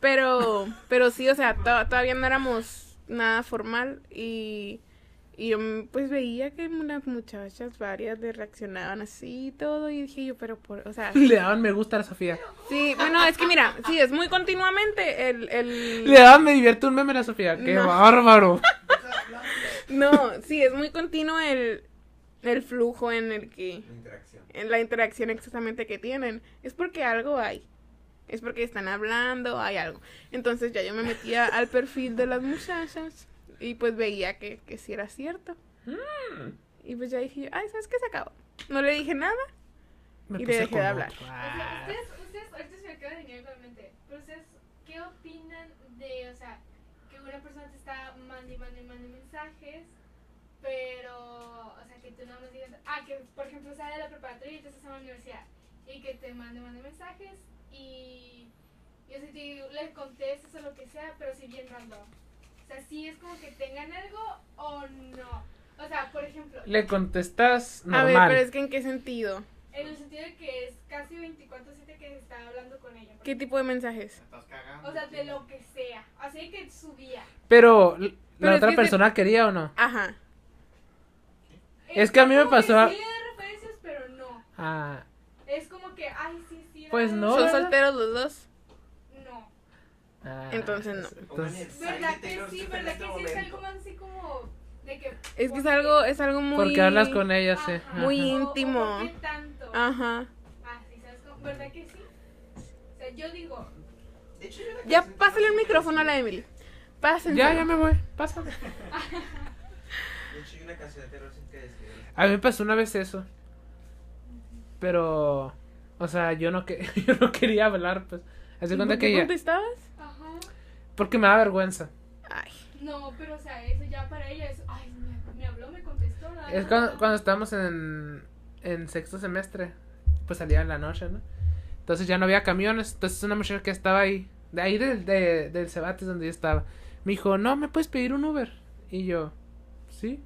Pero, pero sí, o sea, to- todavía no éramos nada formal y, y yo mm, pues veía que unas muchachas varias le reaccionaban así y todo y dije yo, pero por, o sea,
Le daban me gusta a la Sofía.
sí, bueno, es que mira, sí, es muy continuamente el, el-
Le daban me divierte un meme a la Sofía. ¡Qué
No.
bárbaro!
no, sí, es muy continuo el, el flujo en el que,
Interacción.
en la interacción exactamente que tienen, es porque algo hay. Es porque están hablando, hay algo. Entonces ya yo me metía al perfil de las muchachas y pues veía que, que sí era cierto.
Mm.
Y pues ya dije yo, ay, ¿sabes qué? Se acabó. No le dije nada.
Me
Y le
puse
dejé de
con
hablar.
otro.
O sea,
Ah.
ustedes, ustedes, ahorita se me acaba de venir algo a la mente. Pero ustedes, ¿qué opinan de, o sea, que una persona te está mandando y mandando y mandando mensajes, pero, o sea, que tú no más digas, ah, que por ejemplo sale de la preparatoria y te estás en la universidad, y que te mande, mande mensajes, y yo sé que le contestas o lo que sea, pero si bien random. O sea, si es como que tengan algo o no. O sea, por ejemplo,
Le contestas
A
normal.
ver, pero es que en qué sentido.
en el sentido de que es casi 24-7 que se está hablando con ella. por
¿Qué tipo de mensajes?
Estás cagando.
O sea, de lo que sea. Así que subía.
Pero, ¿la
Pero es
otra
que se-
persona quería o no?
Ajá.
Es que a mí me
como que
pasó a-
Sí le da referencias, pero no.
Ah,
Es como que, ay, sí, sí.
Pues
dame-
no.
¿Son
¿verdad?
solteros los dos?
No.
ah,
Entonces no.
entonces-
Pues
¿Verdad
este
que sí? ¿Verdad que
este
sí? Es algo más así como de que...
Es que
¿por
es
qué?
algo, es algo muy...
Porque hablas con ella, sí.
Ajá.
Muy
Ajá.
O-
íntimo.
o ¿Por qué tanto?
Ajá.
Ah, sí, ¿sabes cómo? ¿Verdad que sí? O sea, yo digo,
Ya pásale el micrófono a la Emily. Pásense.
Ya, ya me voy. Pásame.
De hecho, hay una canción de terror sin que describir.
A mí me pasó una vez eso. Pero, o sea, yo no, que, yo no quería hablar, pues. Hace cuenta que ella.
contestabas?
ajá.
Porque me da vergüenza.
Ay.
No, pero o sea, eso ya para ella es... Ay, me, me habló, me contestó. nada
Es
más.
cuando, cuando estábamos en, en sexto semestre. Pues salía en la noche, ¿no? Entonces ya no había camiones. Entonces una muchacha que estaba ahí, de ahí del, de- del Cebates donde yo estaba, me dijo, no, ¿me puedes pedir un Uber? Y yo, ¿sí?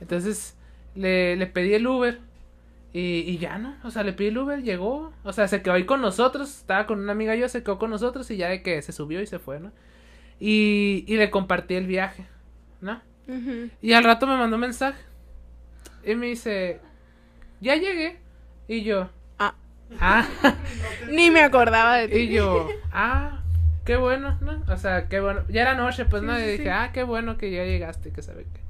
Entonces le, le pedí el Uber. Y, y ya no, o sea, le pedí el Uber, llegó, o sea, se quedó ahí con nosotros, estaba con una amiga yo, se quedó con nosotros y ya de que se subió y se fue, ¿no? Y, y le compartí el viaje, ¿no?
Ujú.
Y al rato me mandó un mensaje. Y me dice, ya llegué. Y yo,
Ah.
ah.
Ni me acordaba de ti.
Y yo, ah, qué bueno, ¿no? O sea, qué bueno. Ya era noche, pues,
Sí,
¿no? Y
sí,
dije,
sí.
ah, qué bueno que ya llegaste, que sabe qué.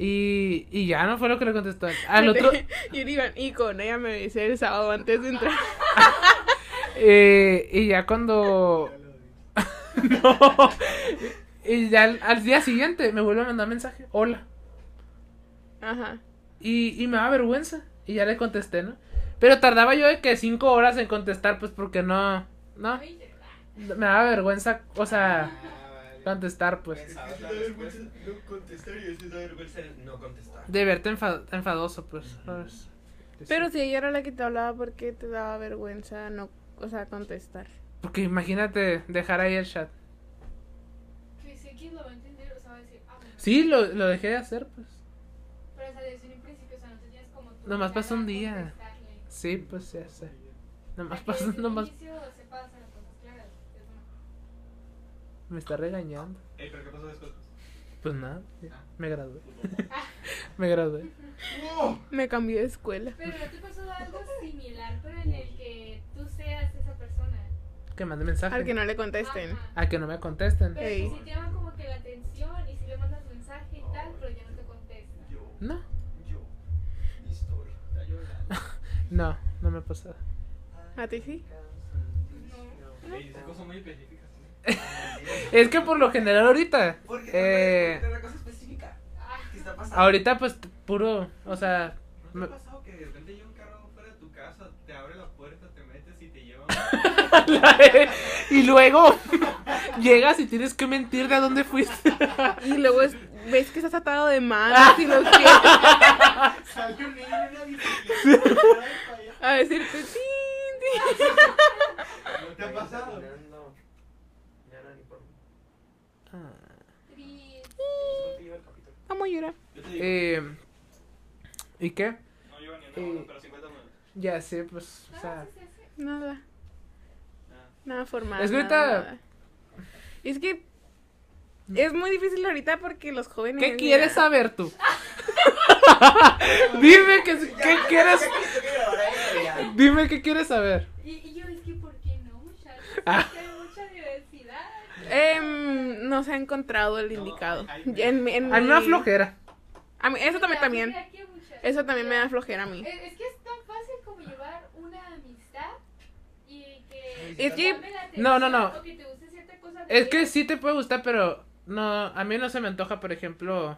Y, y ya no fue lo que le contestó. Al otro,
Yo digo, y con ella me dice el sábado antes de entrar.
eh, y ya cuando... No. Y ya al, al día siguiente me vuelve a mandar mensaje, hola.
Ajá.
Y, y me da vergüenza. Y ya le contesté, ¿no? Pero tardaba yo de que cinco horas en contestar, pues porque no. No.
Ay, de-
Me da vergüenza, o sea,
"Ah,
contestar, pues.
Es que da vergüenza no contestar y es que da vergüenza no contestar.
De verte enfa- enfadoso, pues. ¿sabes?
Pero si ella era la que te hablaba, ¿por qué te daba vergüenza no, o sea, contestar?
Porque imagínate dejar ahí el chat.
Pues X lo va a entender, o sea, va a decir, ah, bueno.
Sí, lo, lo dejé de hacer, pues.
Pero, o sea, desde un principio, o sea, no tenías como tú.
Nomás
nada
pasó un
de
día.
contestarle.
Sí, pues ya sé. Nomás
Aquí
pasa,
desde el
nomás.
inicio se pasan las cosas claras, es bueno.
Me está regañando.
Ey, pero ¿qué pasó después?
Pues nada,
Ah.
ya, me gradué. Me gradué.
Me cambié de escuela.
Pero no te pasó algo similar, pero en el que tú seas esa persona.
Que mande mensaje.
Al que Este, no Eh. le contesten.
Ajá.
A que no me contesten.
Pero
Ey.
que si te llaman como que la atención y si le mandas mensaje y tal, pero ya no te contesta.
Yo,
No,
yo, mi historia está llorando.
no, no me ha pasado.
¿A ti sí?
Ey, esa cosa muy específica. sí.
Es que por lo general ahorita.
¿Por qué
Eh.
te una cosa específica?
Ah,
¿Qué está pasando?
Ahorita pues puro. O sea,
¿No
Me-
te ha pasado que de repente llega un carro fuera de tu casa, te abre la puerta, te metes y te lleva?
y luego llegas y tienes que mentir de a dónde fuiste.
Y luego es- ves que estás atado de
Ah.
manos y lo quieres
Salió un niño en una bicicleta.
a decirte "Tin,
¿No te ha pasado?
No, no, ni por mí.
triste.
¿Cómo te lleva el capítulo?
tin". Vamos a llorar.
Yo te digo,
Eh, ¿Y qué?
no lleva ni una
eh.
mano, pero 50 manos.
Ya sé, pues. O
Ah,
sea,
No, Ah, sí, sí, sí.
Nada,
Ah,
nada formal.
Es que
nada,
ahorita-
nada. Es que es muy difícil ahorita porque los jóvenes.
¿qué quieres saber tú? Dime que, qué quieres. Dime qué quieres saber.
Y, y yo es que, ¿por qué no, muchachos?
Ah.
Es que Hay mucha diversidad.
Em, no se ha encontrado el indicado.
ay,
Ya en mi- en
A mí me da
mi-
flojera.
a mí- eso
O sea,
también, también.
mira qué mucha-
Eso también me da flojera a mí.
Es, es que es tan fácil como llevar una amistad y que.
Es que-
llame la
no, no,
atención
no.
O que te guste cierta cosa. pues,
Es que
tuya.
sí te puede gustar, pero no, a mí no se me antoja, por ejemplo,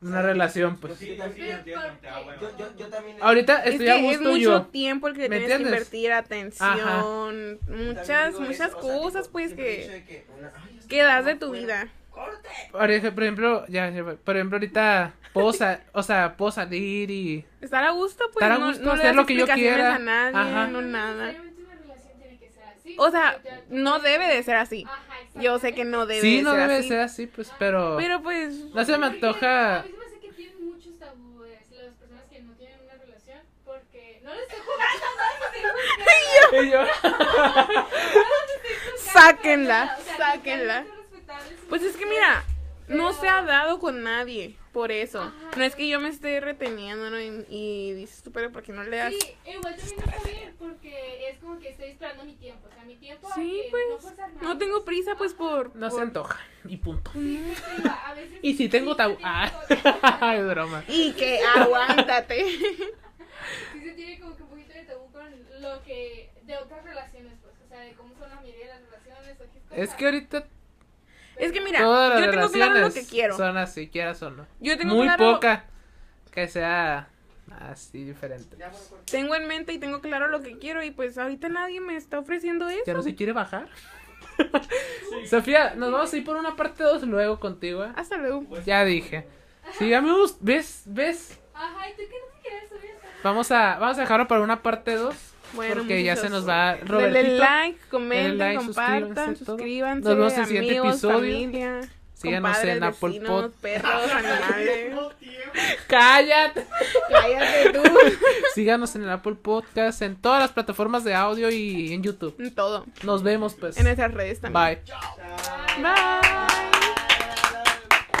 una relación,
Pues
pues.
sí, yo sí, yo entiendo, ah, te da hueva.
Yo, yo, yo también.
Ahorita
Es
estoy a
que es
gusto
mucho
yo.
tiempo el que
¿Me
tienes
entiendes?
que invertir atención,
Ajá.
muchas,
También digo
muchas
eso, o sea,
cosas
tipo,
pues
siempre he dicho
que,
de que una- ay, es
que das
no
de tu
fuera.
vida.
¡Corte!
Por ejemplo, por ejemplo, ya, ya, por ejemplo, ahorita puedo, sa- o sea, puedo salir y
Estar a gusto, pues
Estar a
no-
gusto,
no, le
hacer
das
lo que yo
explicaciones
quiera.
a nadie,
Ajá.
no nada.
necesariamente una relación tiene que ser así.
O sea,
porque ya-
no debe de ser así.
Ajá,
Yo sé que no debe
sí,
de
no
ser
debe
así.
ser así, pues, pero
Pero pues,
no se me
Porque A
antoja.
mí se me hace que tienen muchos tabúes las personas que no tienen una relación porque no les estoy jugando,
Y yo-
Sáquenla, sáquenla. pues es que mira, no se ha
Pero-
dado con nadie por eso.
Ajá.
No es que yo me esté reteniendo ¿no? y, y dices tú, pero ¿por qué no le das?
Sí, eh, igual también está bien porque es como que estoy esperando mi tiempo. O sea, mi tiempo. a
Sí,
que
pues,
No, forzar nada.
No tengo prisa pues por...
No se
por-
antoja. Y punto.
Sí, pues, te digo, a veces
Y si tengo
sí
tabú. Ah.
se tiene como-
Ay, broma.
Y que aguántate.
Sí se tiene como que un poquito de tabú con lo que. de otras relaciones, pues. O sea, de cómo son la mayoría de las relaciones. o qué
Es
cosa.
que ahorita
Es que mira,
todas las
yo tengo
relaciones
claro lo que quiero.
son así, quieras o no.
Yo tengo
Muy
claro,
poca que sea así diferente.
Ya, bueno, corte.
tengo en mente y tengo claro lo que quiero y pues ahorita nadie me está ofreciendo eso.
¿Ya no se quiere bajar?
Sí.
Sofía, nos vamos a ir por una parte 2 luego contigo. ¿eh?
Hasta luego.
Pues,
Ya dije. Sí, ya me gust- ¿Ves? ¿Ves?
Ajá, ¿y tú qué no te quieres subir hasta
Vamos a, vamos a dejarlo para una parte 2.
Bueno,
porque ya se
muchachos.
nos va
Denle
Robertito.
like, comenten,
like,
compartan,
suscríbanse, todo.
suscríbanse.
Nos vemos en el siguiente
amigos,
episodio.
Familia,
Síganos
compadres,
en Apple
vecinos,
Pod.
perros, animales.
No, tío.
¡Cállate!
Cállate tú.
Síganos en el Apple Podcast, en todas las plataformas de audio y en YouTube.
En este todo.
Nos vemos, pues.
En esas redes también.
Bye.
Chao.
Bye.